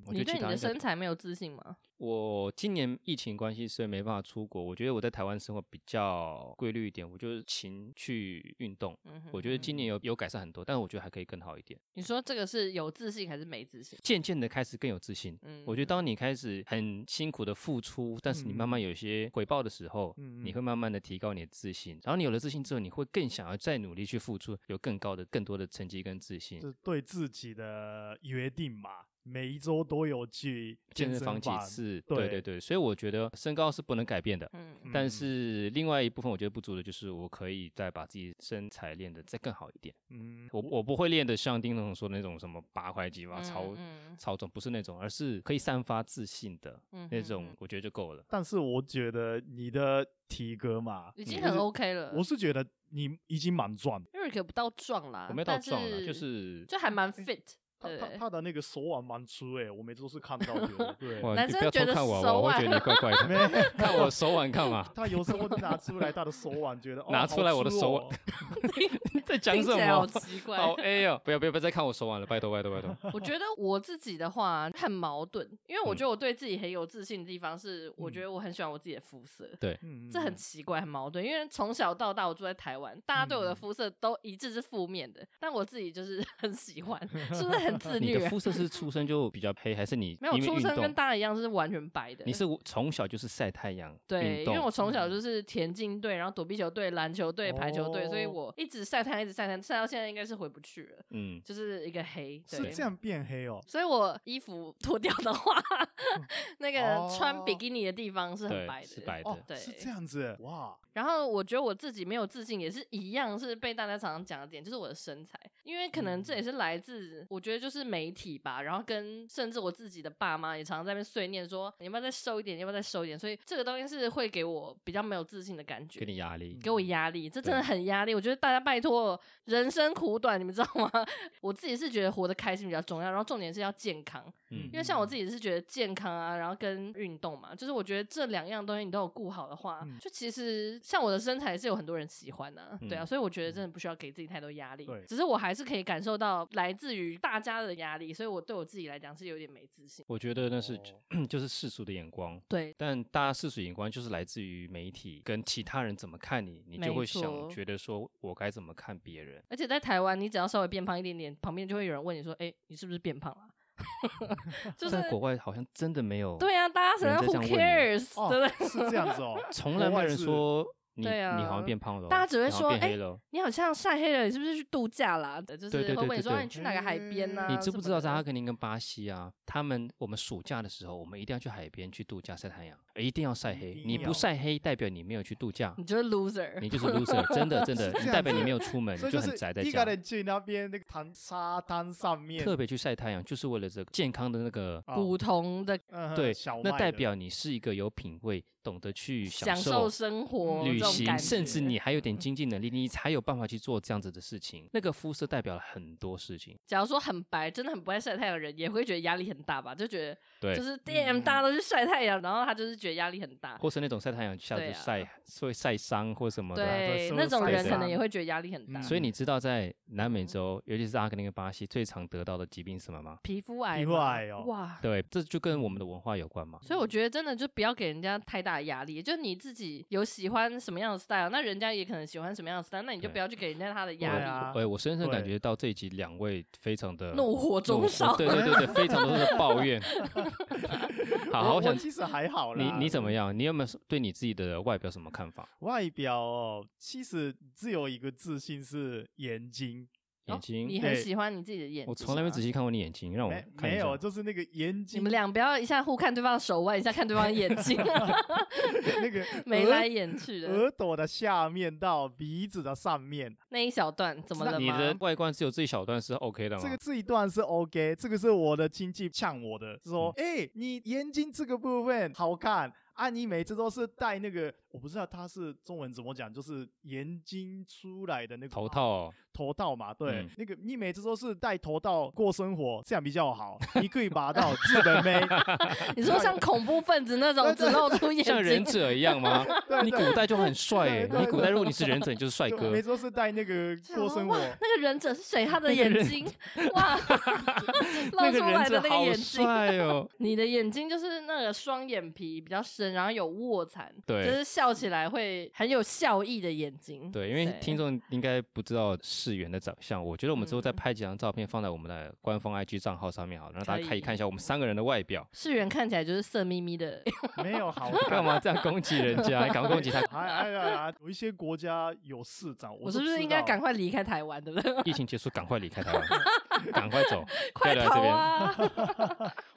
Speaker 1: [laughs] 嗯嗯，
Speaker 2: 我觉
Speaker 3: 你
Speaker 2: 得其
Speaker 3: 对你
Speaker 2: 他
Speaker 3: 的
Speaker 2: 应该
Speaker 3: 身材没有自信吗？
Speaker 2: 我今年疫情关系，所以没办法出国。我觉得我在台湾生活比较规律一点，我就是勤去运动。
Speaker 3: 嗯哼，
Speaker 2: 我觉得今年有有改善很多，但是我觉得还可以更好一点，
Speaker 3: 你说这个是有自信还是没自信？
Speaker 2: 渐渐的开始更有自信。
Speaker 3: 嗯，
Speaker 2: 我觉得当你开始很辛苦的付出，但是你慢
Speaker 1: 嗯
Speaker 2: 慢有一些回报的时候，
Speaker 1: 嗯
Speaker 2: 你
Speaker 1: 嗯
Speaker 2: 会慢慢的提高你的自信。然后你有了自信之后，你会更想要再努力去付出，有更高的、更多的成绩跟自信。
Speaker 1: 是对自己的约定嘛，每一周都有去
Speaker 2: 健
Speaker 1: 身
Speaker 2: 身房几次，
Speaker 1: 对
Speaker 2: 对对对，所以我觉得身高是不能改变的。
Speaker 3: 嗯，
Speaker 1: 嗯
Speaker 2: 但是另外一部分我觉得不足的就是，我可以再把自己身材练得再更好一点。
Speaker 1: 嗯，
Speaker 2: 我我不会练得像丁总说的那种什么八块肌吧，
Speaker 3: 嗯
Speaker 2: 超
Speaker 3: 嗯
Speaker 2: 超重，不是那种，而是可以散发自信的
Speaker 3: 嗯
Speaker 2: 那
Speaker 3: 哼
Speaker 2: 种
Speaker 3: 哼，
Speaker 2: 我觉得就够了。
Speaker 1: 但是我觉得你的体格嘛，
Speaker 3: 已
Speaker 1: 嗯
Speaker 3: 经
Speaker 1: 就
Speaker 3: 很
Speaker 1: 是
Speaker 3: OK 了。
Speaker 1: 我是觉得你已经蛮壮的，
Speaker 3: Eric 不到壮啦，
Speaker 2: 我没有到
Speaker 3: 啊但
Speaker 2: 壮啊了，就是是
Speaker 3: 就还蛮 fit。
Speaker 1: 他嗯他
Speaker 3: 对，
Speaker 1: 他的那个手腕蛮粗诶，我每次都是看到
Speaker 2: [laughs]
Speaker 1: 的，对，
Speaker 2: 哇，
Speaker 3: 男
Speaker 2: 你
Speaker 3: 生
Speaker 2: 不要
Speaker 3: 觉
Speaker 2: 偷
Speaker 3: 得
Speaker 2: 看我，
Speaker 3: 手
Speaker 2: 我会
Speaker 3: 腕
Speaker 2: 觉得你怪怪
Speaker 1: 没
Speaker 2: 的。[laughs]
Speaker 3: [laughs]
Speaker 2: 看我手腕干嘛？ [laughs]
Speaker 1: 他有时候会拿出来他的手腕，觉得哦
Speaker 2: 拿
Speaker 1: 好
Speaker 2: 出来我的
Speaker 1: 粗
Speaker 2: 手
Speaker 1: 哦
Speaker 2: 腕，你在讲
Speaker 3: 听
Speaker 2: 什
Speaker 3: 起来好
Speaker 2: 么？
Speaker 3: 奇
Speaker 1: [laughs]
Speaker 3: 怪。
Speaker 2: 好 A 哦！不要不要不要再看我手腕了，拜托拜托拜托！
Speaker 3: 我觉得我自己的话很矛盾，因为我
Speaker 2: 嗯
Speaker 3: 觉得我对自己很有自信的地方是，我觉得我很喜欢我自己的肤色。
Speaker 1: 嗯，嗯
Speaker 3: 这很
Speaker 1: 嗯
Speaker 3: 奇怪，很矛盾，因为从小到大我住在台湾，大家
Speaker 2: 嗯
Speaker 3: 对我的肤色都一致是负面的，但我自己就是 [laughs] 很喜
Speaker 2: [laughs]
Speaker 3: 欢，是 [laughs] 不是很自
Speaker 2: 你
Speaker 3: 虐
Speaker 2: 的
Speaker 3: 啊？
Speaker 2: 肤色是出生就比较黑，还是你
Speaker 3: 没有
Speaker 2: 因为
Speaker 3: 出
Speaker 2: 运
Speaker 3: 生跟
Speaker 2: 动？
Speaker 3: 大家一样是完全白的，
Speaker 2: 你是从小就是晒太阳，
Speaker 3: 对，
Speaker 2: 运
Speaker 3: 因为
Speaker 2: 动嗯
Speaker 3: 我从小就是田径队，然后躲避球队、篮球队、排球队，所以
Speaker 1: 哦
Speaker 3: 我一直晒太阳，一直晒太阳，晒到现在应该是回不去了，
Speaker 2: 嗯，
Speaker 3: 就是一个黑。对
Speaker 1: 是这样变黑哦，
Speaker 3: 所以我衣
Speaker 2: 嗯
Speaker 3: 服脱掉的话， [laughs] 那个穿比
Speaker 1: 哦
Speaker 3: 基尼的地方是很
Speaker 2: 对
Speaker 3: 白的，
Speaker 2: 是白
Speaker 1: 哦
Speaker 2: 的，
Speaker 3: 对
Speaker 1: 是这样子哇，
Speaker 3: 然后我觉得我自己没有自信，也是一样是被大家常常讲的点，就是我的身材，因为可能这
Speaker 2: 嗯
Speaker 3: 也是来自我觉得就是媒体吧，然后跟甚至我自己的爸妈也常常在那边碎念说你要不要再瘦一点，你要不要再瘦一点，所以这个东西是会给我比较没有自信的感觉
Speaker 2: 给。你嗯压力。
Speaker 3: 给我压力，这真的很压力。我觉得大家拜托，人生苦短，你们知道吗？ [laughs] 我自己是觉得活得开心比较重要，然后重点是要健康。
Speaker 2: 嗯
Speaker 3: 因为像我自己是觉得健康啊，然后跟运动嘛，就是我觉得这两样东西你都有顾好的话，
Speaker 1: 嗯
Speaker 3: 就其实像我的身材是有很多人喜欢的、啊，对啊，
Speaker 2: 嗯
Speaker 3: 所以我觉得真的不需要给自己太多压力。
Speaker 1: 对
Speaker 3: 只是我还是可以感受到来自于大家的压力，所以我对我自己来讲是有点没自信。
Speaker 2: 我觉得那是
Speaker 3: [laughs]
Speaker 1: 哦
Speaker 2: [clears throat] 就是世俗的眼光，
Speaker 3: 对，
Speaker 2: 但大家世俗眼光就是来自于媒体跟其他人怎么看你，你就
Speaker 3: 没
Speaker 2: 会
Speaker 3: 错
Speaker 2: 想觉得说我该怎么看别人。
Speaker 3: 而且在台湾，你只要稍微变胖一点点，旁边就会有人问你说：“哎、你是不是变胖了、 [laughs] 就是
Speaker 2: 在国外好像真的没有，
Speaker 3: 对啊，大家
Speaker 2: 人在这
Speaker 3: 谁 who
Speaker 2: 样问
Speaker 3: cares，、
Speaker 1: 哦
Speaker 3: 对不对？ [laughs]
Speaker 1: 是这样子哦，
Speaker 2: [laughs] 从来没有人说你
Speaker 3: 对啊
Speaker 2: 你好像变胖了哦，
Speaker 3: 大家只会
Speaker 2: 你好像
Speaker 3: 说
Speaker 2: 变
Speaker 3: 哎
Speaker 2: 黑了哦。
Speaker 3: 你好像晒黑了，你是不是去度假啦？就
Speaker 2: 对
Speaker 3: 是
Speaker 2: 对
Speaker 3: 会
Speaker 2: 对
Speaker 3: 问
Speaker 2: 对
Speaker 3: 你说、啊
Speaker 2: 对嗯
Speaker 3: 你去哪个海边呢、啊？
Speaker 2: 你知不知道
Speaker 3: 什么
Speaker 2: 在
Speaker 3: 的
Speaker 2: 阿根廷跟巴西啊，他们我们暑假的时候，我们一定要去海边去度假晒太阳，一定要晒
Speaker 1: 一
Speaker 2: 黑。
Speaker 1: 定
Speaker 2: 你不
Speaker 1: 要
Speaker 2: 晒黑，代表你没有去度假，
Speaker 3: 你就是 loser，啊
Speaker 2: 你就是
Speaker 3: [laughs]
Speaker 2: loser，真的真的，
Speaker 1: 这样
Speaker 2: 代表你
Speaker 1: 子
Speaker 2: 没有出门，
Speaker 1: 所
Speaker 2: 你
Speaker 1: 以就
Speaker 2: 很
Speaker 1: 是
Speaker 2: 宅在
Speaker 1: 一个
Speaker 2: 家。
Speaker 1: 人去那边那个滩沙滩上面，
Speaker 2: 特别去晒太阳，就是为了这个健康的那个，
Speaker 1: 啊
Speaker 3: 古铜的
Speaker 1: 嗯
Speaker 2: 对
Speaker 1: 小，麦
Speaker 2: 那代
Speaker 1: 的
Speaker 2: 表你是一个有品味、懂得去
Speaker 3: 享受
Speaker 2: 受
Speaker 3: 生活、
Speaker 2: 旅
Speaker 3: 这种
Speaker 2: 行，
Speaker 3: 感
Speaker 2: 甚至
Speaker 3: 觉嗯
Speaker 2: 你还有点经济能力，你才有办法去做这样子的事情。那个肤色代表了很多事情，
Speaker 3: 假如说很白，真的很不爱晒太阳的人，也会觉得压力很大吧？就觉得
Speaker 2: 对
Speaker 3: 就是
Speaker 1: 嗯
Speaker 3: damn 大家都去晒太阳，然后他就是觉得压力很大。
Speaker 2: 或是那种晒太阳下就
Speaker 3: 对啊
Speaker 2: 晒会晒伤或什么的啊，
Speaker 3: 对，啊
Speaker 1: 对
Speaker 3: 那种人
Speaker 2: 对
Speaker 3: 可能也会觉得压力很
Speaker 1: 嗯
Speaker 3: 大。
Speaker 2: 所以你知道在南
Speaker 3: 嗯
Speaker 2: 美洲，尤其是阿根廷跟巴西，最常得到的疾病是什么吗？
Speaker 3: 皮肤癌
Speaker 1: 皮
Speaker 3: 嘛，
Speaker 1: 肤癌哦
Speaker 3: 哇！
Speaker 2: 对，这就跟我们的文化有关嘛。
Speaker 3: 所以我觉得真的就不要给人家太大的压力，就你自己有喜欢什么样的 style，那人家也可能喜欢什么样的 style，那你就
Speaker 2: 对
Speaker 3: 不要去给人家他的
Speaker 1: 对
Speaker 3: 压力。
Speaker 1: 啊，
Speaker 2: 哎，我深深感
Speaker 1: 对
Speaker 2: 觉到这一集两位非常的
Speaker 3: 怒火中烧，
Speaker 2: 对对对对，非常多的
Speaker 1: [laughs]
Speaker 2: 抱怨。好，
Speaker 1: 我
Speaker 2: 我想
Speaker 1: 我其实还好
Speaker 2: 你
Speaker 1: 啦，嗯
Speaker 2: 你怎么样？你有没有对你自己的外表什
Speaker 3: 哦
Speaker 2: 么看法？
Speaker 1: 外表哦，其实只有一个自信是眼睛，
Speaker 3: 哦
Speaker 2: 眼睛，
Speaker 3: 你很
Speaker 1: 对
Speaker 3: 喜欢你自己的眼睛吗，
Speaker 2: 我从来没仔细看过你眼睛，让我
Speaker 1: 没
Speaker 2: 看一
Speaker 1: 没有，
Speaker 2: 下。
Speaker 1: 就是那个眼
Speaker 3: 你
Speaker 1: 睛
Speaker 3: 们俩不要一下互看对方的手腕，一下看对方的眼
Speaker 2: [laughs]
Speaker 3: 睛， [laughs]
Speaker 1: 那个
Speaker 3: 眉
Speaker 1: 额
Speaker 3: 来眼去
Speaker 2: 呃
Speaker 3: 的
Speaker 1: 额朵的下面到鼻子的上面，
Speaker 3: 那一小段，怎么了
Speaker 2: 你
Speaker 3: 吗？
Speaker 2: 的外观只有这一小段是 OK 的吗？
Speaker 1: 这个这一段是 OK，这个是我的亲戚呛我的，说：“
Speaker 2: 嗯
Speaker 1: 哎、你眼睛这个部分好看啊，你每次都是戴那个，我不知道它是中文怎么讲，就是眼睛出来的那个
Speaker 2: 头套哦，
Speaker 1: 头套嘛，对，
Speaker 2: 嗯
Speaker 1: 那个你每次都是戴头套过生活，这样比较
Speaker 2: [laughs]
Speaker 1: 好，你可以拔到日本妹，
Speaker 3: 你说像恐怖分子那种只露出 [laughs]
Speaker 2: [laughs]
Speaker 3: 眼
Speaker 2: 像忍
Speaker 3: 睛，
Speaker 2: 者一样吗？
Speaker 1: [laughs] 对
Speaker 2: 你古
Speaker 1: 对
Speaker 2: 代就很帅哎，
Speaker 1: 对对
Speaker 2: 你古代如果你是忍者，你就是帅
Speaker 1: 就
Speaker 2: 哥
Speaker 1: 每。次都是戴那个过生活
Speaker 3: 哇。， [laughs] 那个忍者是谁？他的眼睛，哇，露
Speaker 2: [laughs] 那
Speaker 3: 出
Speaker 2: 个忍
Speaker 3: 来的
Speaker 2: 者
Speaker 3: 那个
Speaker 2: 好
Speaker 3: 眼睛，
Speaker 2: 帅哦，
Speaker 3: 你的眼睛就是那个双眼皮比较深，然后有卧蚕，
Speaker 2: 对
Speaker 3: 就是笑起来会很有笑意的眼睛。
Speaker 2: 对，因为听众应该不知道世元的长相，我觉得我们之后再
Speaker 3: 嗯
Speaker 2: 拍几张照片放在我们的官方 IG 账号上面好了，让大家
Speaker 3: 可
Speaker 2: 看一
Speaker 3: 以
Speaker 2: 看一下我们三个人的外表。
Speaker 3: 世元看起来就是色眯眯的， [laughs]
Speaker 1: 没有好
Speaker 2: 干
Speaker 1: 看。！
Speaker 2: 嘛这样攻击人家？你赶快攻击他
Speaker 1: 还还有啊，有一些国家有市长，
Speaker 3: 我
Speaker 1: 我
Speaker 3: 是不
Speaker 1: 知
Speaker 3: 是应该
Speaker 1: 道
Speaker 3: 赶快离开台湾？对不对？
Speaker 2: 疫情结束，赶快离开台湾，赶快
Speaker 3: [laughs]
Speaker 2: 走，不要
Speaker 3: 快
Speaker 2: 留在这
Speaker 3: 逃
Speaker 2: 边。
Speaker 3: 啊！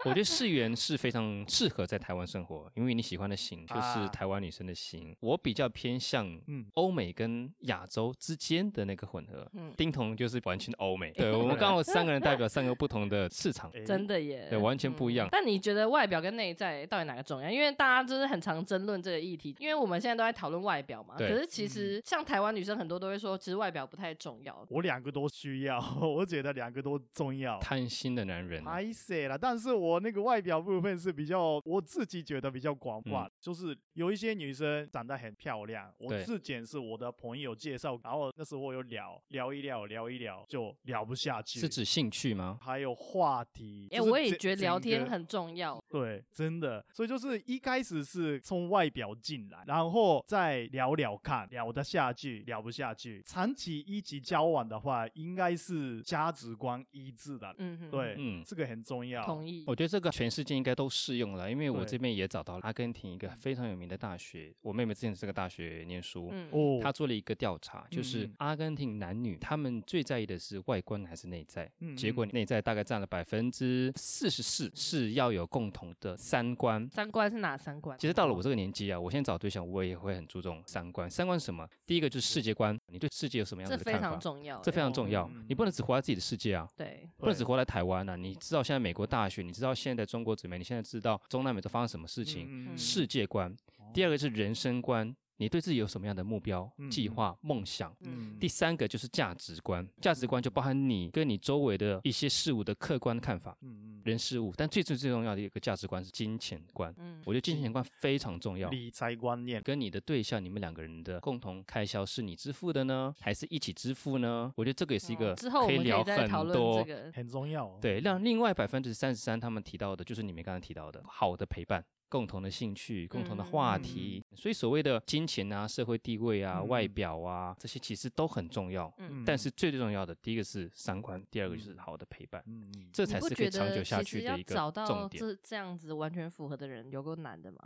Speaker 2: 我觉得世元是非常适合在台湾生活，因为你喜欢的型就是
Speaker 1: 啊
Speaker 2: 台湾女生的型。我比较偏向
Speaker 1: 嗯
Speaker 2: 欧美跟亚洲之间的那个混合。
Speaker 3: 嗯
Speaker 2: 丁彤就是完全欧
Speaker 3: [laughs]
Speaker 2: 美，对我们刚好三个人代表三个不同的市场。
Speaker 1: 哎
Speaker 3: 真的耶，
Speaker 2: 对完全不一样
Speaker 3: 嗯但你觉得外表跟内在到底哪个重要？因为大家就是很常争论这个议题，因为我们现在都在讨论外表嘛。
Speaker 2: 对
Speaker 3: 可是
Speaker 1: 嗯
Speaker 3: 其实像台湾女生很多都会说，其实外表不太重要。
Speaker 1: 我两个都需要， [laughs] 我觉得两个都重要。
Speaker 2: 贪心的男人，啊
Speaker 1: 拍摄啦，但是我那个外表部分是比较我自己觉得比较
Speaker 2: 嗯
Speaker 1: 广泛，就是有一些女生长得很漂亮，我
Speaker 2: 对
Speaker 1: 自检是我的朋友介绍，然后那时候我有聊聊一聊，聊一聊就聊不下去，
Speaker 2: 是指兴趣吗？
Speaker 1: 还有话题。
Speaker 3: 哎、
Speaker 1: 就是
Speaker 3: 我也
Speaker 1: 整
Speaker 3: 觉得聊
Speaker 1: 整
Speaker 3: 天
Speaker 1: 个
Speaker 3: 很重要。
Speaker 1: 对，真的，所以就是一开始是从外表进来，然后再聊聊看，聊得下去，聊不下去。长期一起交往的话，应该是价值观一致的，
Speaker 3: 嗯哼，
Speaker 1: 对，
Speaker 2: 嗯
Speaker 1: 这个很重要。
Speaker 3: 同意。
Speaker 2: 我觉得这个全世界应该都适用了，因为我
Speaker 1: 对
Speaker 2: 这边也找到了阿根廷一个非常有名的大学，我妹妹之前在这个大学念书，
Speaker 3: 嗯，
Speaker 1: 哦，
Speaker 2: 他做了一个调查，就是
Speaker 1: 嗯嗯
Speaker 2: 阿根廷男女他们最在意的是外观还是内在？
Speaker 1: 嗯
Speaker 2: 结果内在大概占了百分之四十四，是要有共同的三观。
Speaker 3: 三观是哪三观？
Speaker 2: 其实到了我这个年纪啊，我现在找对象，我也会很注重三观。三观是什么？第一个就是世界观，你对世界有什么样
Speaker 3: 这
Speaker 2: 子的
Speaker 3: 非
Speaker 2: 看
Speaker 3: 常
Speaker 2: 法？
Speaker 3: 重要、
Speaker 2: 这非
Speaker 3: 哎
Speaker 2: 常重要
Speaker 1: 嗯嗯，
Speaker 2: 你不能只活在自己的世界啊。
Speaker 3: 对。
Speaker 2: 不能
Speaker 1: 对
Speaker 2: 只活在台湾啊！你知道现在美国大选，你知道现在中国怎么样？你现在知道中南美洲发生什么事情？
Speaker 1: 嗯
Speaker 2: 世界观，
Speaker 3: 哦
Speaker 2: 第二个是人生观，你对自己有什么样的目标、
Speaker 1: 嗯
Speaker 2: 计
Speaker 1: 嗯
Speaker 2: 划、梦想？
Speaker 3: 嗯
Speaker 2: 第三个就是价值观，价值观就包含你跟你周围的一些事物的客观看法、
Speaker 1: 嗯嗯
Speaker 2: 人事物，但最最最重要的一个价值观是金钱观。
Speaker 3: 嗯，
Speaker 2: 我觉得金钱观非常重要
Speaker 1: 嗯，。理财观念，
Speaker 2: 跟你的对象，你们两个人的共同开销是你支付的呢，还是一起支付呢？我觉得这个也是一个
Speaker 3: 哦之后我
Speaker 2: 以
Speaker 3: 们可
Speaker 2: 聊
Speaker 3: 以再
Speaker 2: 很
Speaker 3: 讨论
Speaker 2: 多
Speaker 3: 这。个。
Speaker 1: 很重要、哦。
Speaker 2: 对，让另外百分之三十三他们提到的，就是你们刚才提到的好的陪伴。共同的兴趣、共同的
Speaker 3: 嗯
Speaker 2: 话题，所以所谓的金钱啊、社会地位啊、
Speaker 1: 嗯
Speaker 2: 外表啊，这些其实都很重要。
Speaker 1: 嗯，
Speaker 2: 但是最最重要的，第一个是三观，第二个就是
Speaker 1: 嗯
Speaker 2: 好的陪伴，
Speaker 1: 嗯嗯，
Speaker 2: 这
Speaker 3: 你
Speaker 2: 才
Speaker 3: 不
Speaker 2: 是可以
Speaker 3: 觉
Speaker 2: 长
Speaker 3: 得
Speaker 2: 久下
Speaker 3: 其
Speaker 2: 去
Speaker 3: 实
Speaker 2: 的
Speaker 3: 要
Speaker 2: 一个
Speaker 3: 找
Speaker 2: 重
Speaker 3: 到
Speaker 2: 点。
Speaker 3: 这这样子完全符合的人，有够难的嘛？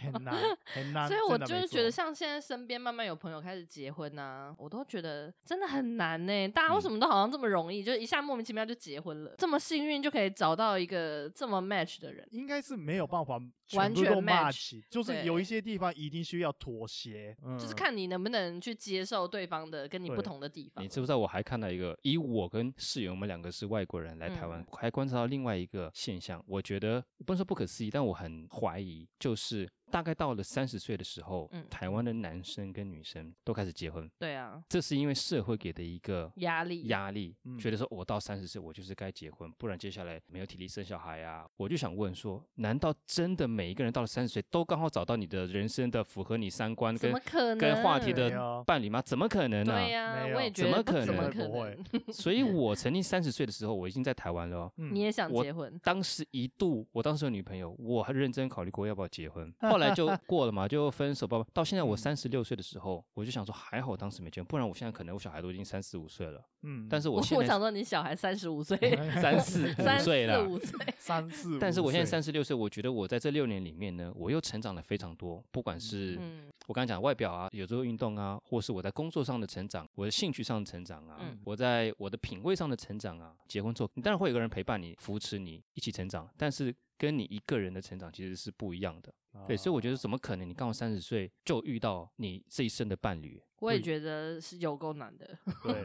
Speaker 1: 很
Speaker 3: [laughs]
Speaker 1: 难很难。
Speaker 3: 所以我
Speaker 1: 真的
Speaker 3: 就
Speaker 1: 没
Speaker 3: 是觉得，
Speaker 1: 错
Speaker 3: 像现在身边慢慢有朋友开始结婚呐、我都觉得真的很难呢、大
Speaker 2: 嗯
Speaker 3: 家为什么都好像这么容易，就一下莫名其妙就结婚了，这么幸运就可以找到一个这么 match 的人。
Speaker 1: 应该是没有办法
Speaker 3: 完
Speaker 1: 部
Speaker 3: 全
Speaker 1: 都
Speaker 3: match
Speaker 1: match，就是
Speaker 3: 对
Speaker 1: 有一些地方一定需要妥协，嗯、
Speaker 3: 就是看你能不能去接受对方的跟你不
Speaker 1: 对
Speaker 3: 同的地方
Speaker 2: 你。知不知道？我还看到一个，以我跟室友我们两个是外国人来台湾，
Speaker 3: 嗯
Speaker 2: 还观察到另外一个现象，我觉得不能说不可思议，但我很怀疑，就是大概到了三十岁的时候，
Speaker 3: 嗯
Speaker 2: 台湾的男生跟女生都开始结婚，
Speaker 3: 对啊，
Speaker 2: 这是因为社会给的一个
Speaker 3: 压力，
Speaker 2: 压力，
Speaker 1: 嗯
Speaker 2: 觉得说我到三十岁我就是该结婚，不然接下来没有体力生小孩啊。我就想问说，难道真的每一个人到了三十岁都刚好找到你的人生的符合你三观
Speaker 3: 怎
Speaker 2: 跟
Speaker 3: 么可能？
Speaker 2: 跟话题
Speaker 1: 没
Speaker 2: 的
Speaker 1: 有
Speaker 2: 伴侣吗？怎么可能啊呢、
Speaker 3: 对呀、
Speaker 1: 没有
Speaker 3: 我也觉
Speaker 2: 怎
Speaker 3: 得
Speaker 2: 么
Speaker 3: 不
Speaker 2: 可
Speaker 3: 怎么
Speaker 2: 能嗯
Speaker 3: 可
Speaker 1: 不会
Speaker 3: 能？
Speaker 2: 所以我曾经三十岁的时候，我已经在台湾了哦。
Speaker 1: 嗯
Speaker 3: 你也想
Speaker 2: 我
Speaker 3: 结婚？
Speaker 2: 当时一度，我当时有女朋友，我还认真考虑过要不要结婚。后来来就过了嘛，就分手吧。到现在我三十六岁的时候，我就想说，还好当时没结婚，不然我现在可能我小孩都已经三四五岁了。
Speaker 1: 嗯，[laughs]
Speaker 2: 但
Speaker 1: 是
Speaker 2: 是我
Speaker 3: 我
Speaker 2: 现
Speaker 3: 我
Speaker 2: 在
Speaker 3: 想说你小孩三十五岁，
Speaker 2: 三四
Speaker 3: 三
Speaker 2: 五
Speaker 3: 四
Speaker 2: 岁了。
Speaker 3: 五岁，
Speaker 1: 三四，
Speaker 2: 但是我现在
Speaker 1: 五岁
Speaker 2: 三十六岁，我觉得我在这六年里面呢，我又成长了非常多，不管是
Speaker 3: 嗯
Speaker 2: 我刚才讲外表啊，有做运动啊，或是我在工作上的成长，我的兴趣上的成长啊，
Speaker 3: 嗯
Speaker 2: 我在我的品味上的成长啊，结婚之后，你当然会有个人陪伴你、扶持你一起成长，但是跟你一个人的成长其实是不一样的。对，所以我
Speaker 1: 哦
Speaker 2: 觉得怎么可能你刚好三十岁就遇到你这一生的伴侣？
Speaker 3: 我也
Speaker 2: 嗯
Speaker 3: 觉得是有够难的。 [laughs]
Speaker 1: 对，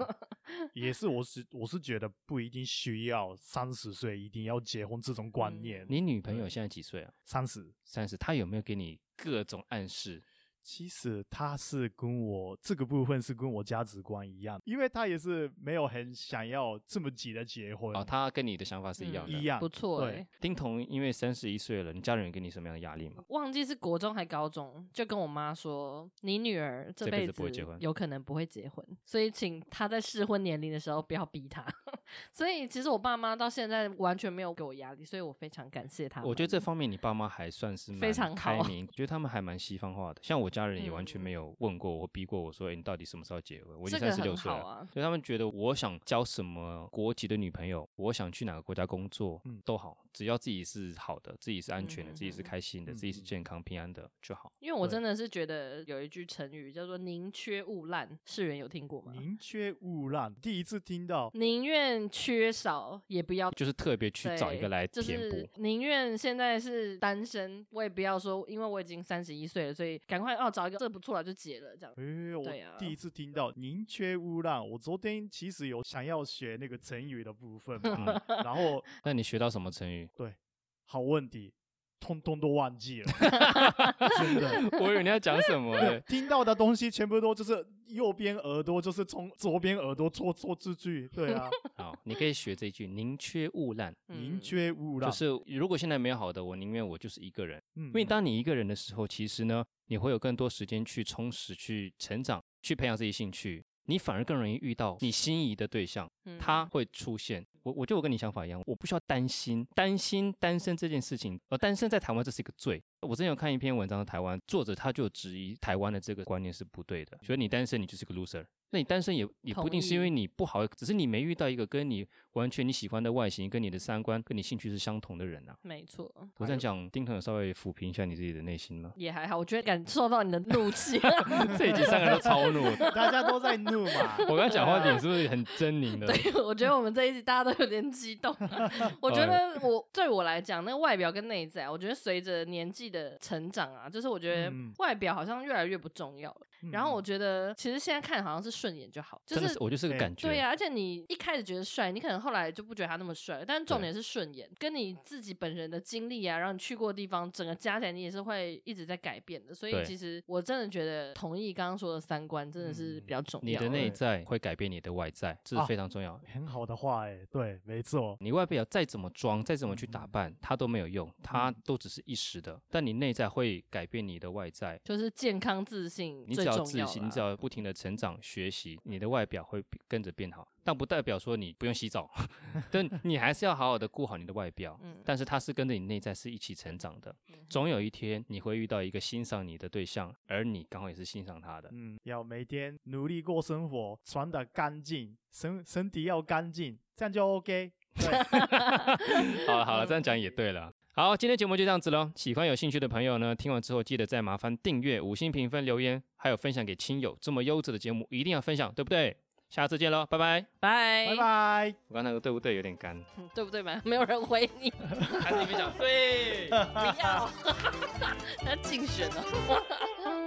Speaker 1: 也是我是我是觉得不一定需要三十岁一定要结婚这种观
Speaker 3: 嗯
Speaker 1: 念。
Speaker 2: 你女朋友现在几岁啊？
Speaker 1: 三十，
Speaker 2: 三十，她有没有给你各种暗示？
Speaker 1: 其实他是跟我这个部分是跟我价值观一样，因为他也是没有很想要这么急的结婚，
Speaker 2: 哦，她跟你的想法是一样的。
Speaker 1: 一样
Speaker 3: 不错哎、
Speaker 1: 对
Speaker 2: 丁彤因为三十一岁了，你家人有给你什么样的压力吗？
Speaker 3: 忘记是国中还高中，就跟我妈说，你女儿这
Speaker 2: 这辈
Speaker 3: 辈
Speaker 2: 子不会结婚
Speaker 3: 有可能不会结婚，所以请她在适婚年龄的时候不要逼她。 [laughs] 所以其实我爸妈到现在完全没有给我压力，所以我非常感谢他们。
Speaker 2: 我觉得这方面你爸妈还算是
Speaker 3: 非
Speaker 2: 蛮
Speaker 3: 常
Speaker 2: 开
Speaker 3: 好
Speaker 2: 明，觉得他们还蛮西方化的。像我家人也完全
Speaker 3: 嗯
Speaker 2: 没有问过我、逼过我说，哎，你到底什么时候结婚？我已
Speaker 3: 这
Speaker 2: 经三
Speaker 3: 个
Speaker 2: 十
Speaker 3: 很
Speaker 2: 六岁
Speaker 3: 好
Speaker 2: 了。
Speaker 3: 啊，
Speaker 2: 所以他们觉得我想交什么国籍的女朋友，我想去哪个国家工作，
Speaker 1: 嗯
Speaker 2: 都好，只要自己是好的，自己是安全的，
Speaker 3: 嗯
Speaker 2: 自己是
Speaker 3: 嗯嗯
Speaker 2: 开心的，
Speaker 1: 嗯
Speaker 2: 自己是
Speaker 1: 嗯
Speaker 2: 健康平安的就好。
Speaker 3: 因为我
Speaker 1: 对
Speaker 3: 真的是觉得有一句成语叫做“宁缺毋滥”，世人有听过吗？
Speaker 1: 宁缺毋滥，第一次听到。
Speaker 3: 宁愿缺少，也不要
Speaker 2: 就是特别去找一
Speaker 3: 对
Speaker 2: 个来
Speaker 3: 就
Speaker 2: 填补。
Speaker 3: 是宁愿现在是单身，我也不要说，因为我已经三十一岁了，所以赶快哦找一个这不错了就结了这样。
Speaker 1: 诶，我
Speaker 3: 对啊
Speaker 1: 第一次听到“宁缺毋滥”。我昨天其实有想要学那个成语的部分嘛，
Speaker 2: 嗯
Speaker 1: 然后
Speaker 2: 那你学到什么成
Speaker 3: [laughs]
Speaker 2: 语？ [laughs]
Speaker 1: 好问题，通通都忘记了。真的，
Speaker 2: 我以为你要讲什么
Speaker 3: [laughs]
Speaker 2: 呢？
Speaker 1: 听到的东西全部都就是右边耳朵，就是从左边耳朵戳戳出去。对啊，
Speaker 2: 好，你可以学这一句“宁缺毋滥”。
Speaker 1: 宁
Speaker 3: 嗯
Speaker 1: 缺毋滥，
Speaker 2: 就是如果现在没有好的，我宁愿我就是一个人。
Speaker 1: 因
Speaker 2: 因
Speaker 3: 嗯
Speaker 2: 为当你一个人的时候，其实呢，你会有更多时间去充实、去成长、去培养自己兴趣，你反而更容易遇到你心仪的对象，
Speaker 3: 嗯
Speaker 2: 他会出现。我我觉得我跟你想法一样，我不需要担心，担心单身这件事情。呃，单身在台湾这是一个罪。我之前有看一篇文章，台湾作者他就质疑台湾的这个观念是不对的，觉得你单身你就是个 loser。那你单身也也不一定是因为
Speaker 3: 同
Speaker 2: 你不好，只是你没遇到一个跟你完全你喜欢的外形、跟你的三观、跟你兴趣是相同的人啊。
Speaker 3: 没错，？
Speaker 2: 我这样讲，丁腾有稍微抚平一下你自己的内心吗
Speaker 3: [laughs] 也还好，我觉得感受到你的怒气。
Speaker 2: [laughs] 这已经三个人都超怒了。
Speaker 1: 大家都在怒嘛，
Speaker 2: 我刚讲话脸是不是很狰狞的？
Speaker 3: 对，我觉得我们这一集大家都有点
Speaker 2: [laughs]
Speaker 3: 激动。我觉
Speaker 2: 哎
Speaker 3: 得我对我来讲，那个外表跟内在，我觉得随着年纪的成长啊，就是我觉得
Speaker 1: 嗯
Speaker 3: 外表好像越来越不重要了。然后我觉得，其实现在看好像是顺眼就好，就
Speaker 2: 嗯真的
Speaker 3: 是
Speaker 2: 是，我就是个
Speaker 1: 对
Speaker 2: 感觉。
Speaker 3: 哎对呀、而且你一开始觉得帅，你可能后来就不觉得他那么帅，但重
Speaker 2: 对嗯
Speaker 3: 点是顺眼，跟你自己本人的经历啊，然后你去过的地方，整个加起来你也是会一直在改变的。所以
Speaker 2: 对
Speaker 3: 其实我真的觉得同意刚刚说的三观真的是比较重要。
Speaker 2: 嗯你的
Speaker 1: 内
Speaker 2: 内在会改变你的外在，这是
Speaker 3: 哦
Speaker 1: 啊
Speaker 2: 非常重要。
Speaker 1: 很好的话、欸，哎，对，没错，
Speaker 2: 你外表再怎么装，再怎么去
Speaker 3: 嗯
Speaker 2: 打扮，它都没有用，它都只是一时的。但你内在会改变你的外在。
Speaker 3: 就是健康自信
Speaker 2: 你
Speaker 3: 最
Speaker 2: 只要
Speaker 3: 重要
Speaker 2: 自信，你只
Speaker 3: 啦
Speaker 2: 要不停的成长学习，你的外表会跟着变好。但不代表说你不用洗澡， [laughs] 但你还是要好好的顾好你的外表。
Speaker 3: 嗯
Speaker 2: 但是它是跟着你内在是一起成长的
Speaker 3: 嗯哼。
Speaker 2: 总有一天你会遇到一个欣赏你的对象，而你刚好也是欣赏他的。
Speaker 1: 嗯，要每天努力过生活，穿的干净，身身体要干净，这样就 OK。对，
Speaker 2: 好了好了，这样讲
Speaker 3: 嗯
Speaker 2: 也对了。好，今天节目就这样子喽。喜欢有兴趣的朋友呢，听完之后记得再麻烦订阅、五星评分、留言，还有分享给亲友。这么优质的节目一定要分享，对不对？下次见喽，拜拜。
Speaker 3: 拜
Speaker 1: 拜拜。
Speaker 2: 我刚才那个对不对有点干， [laughs]
Speaker 3: 嗯对不对嘛？ [laughs] 没有人回你，
Speaker 2: 还是你们讲对。
Speaker 3: 不要，要竞选哦。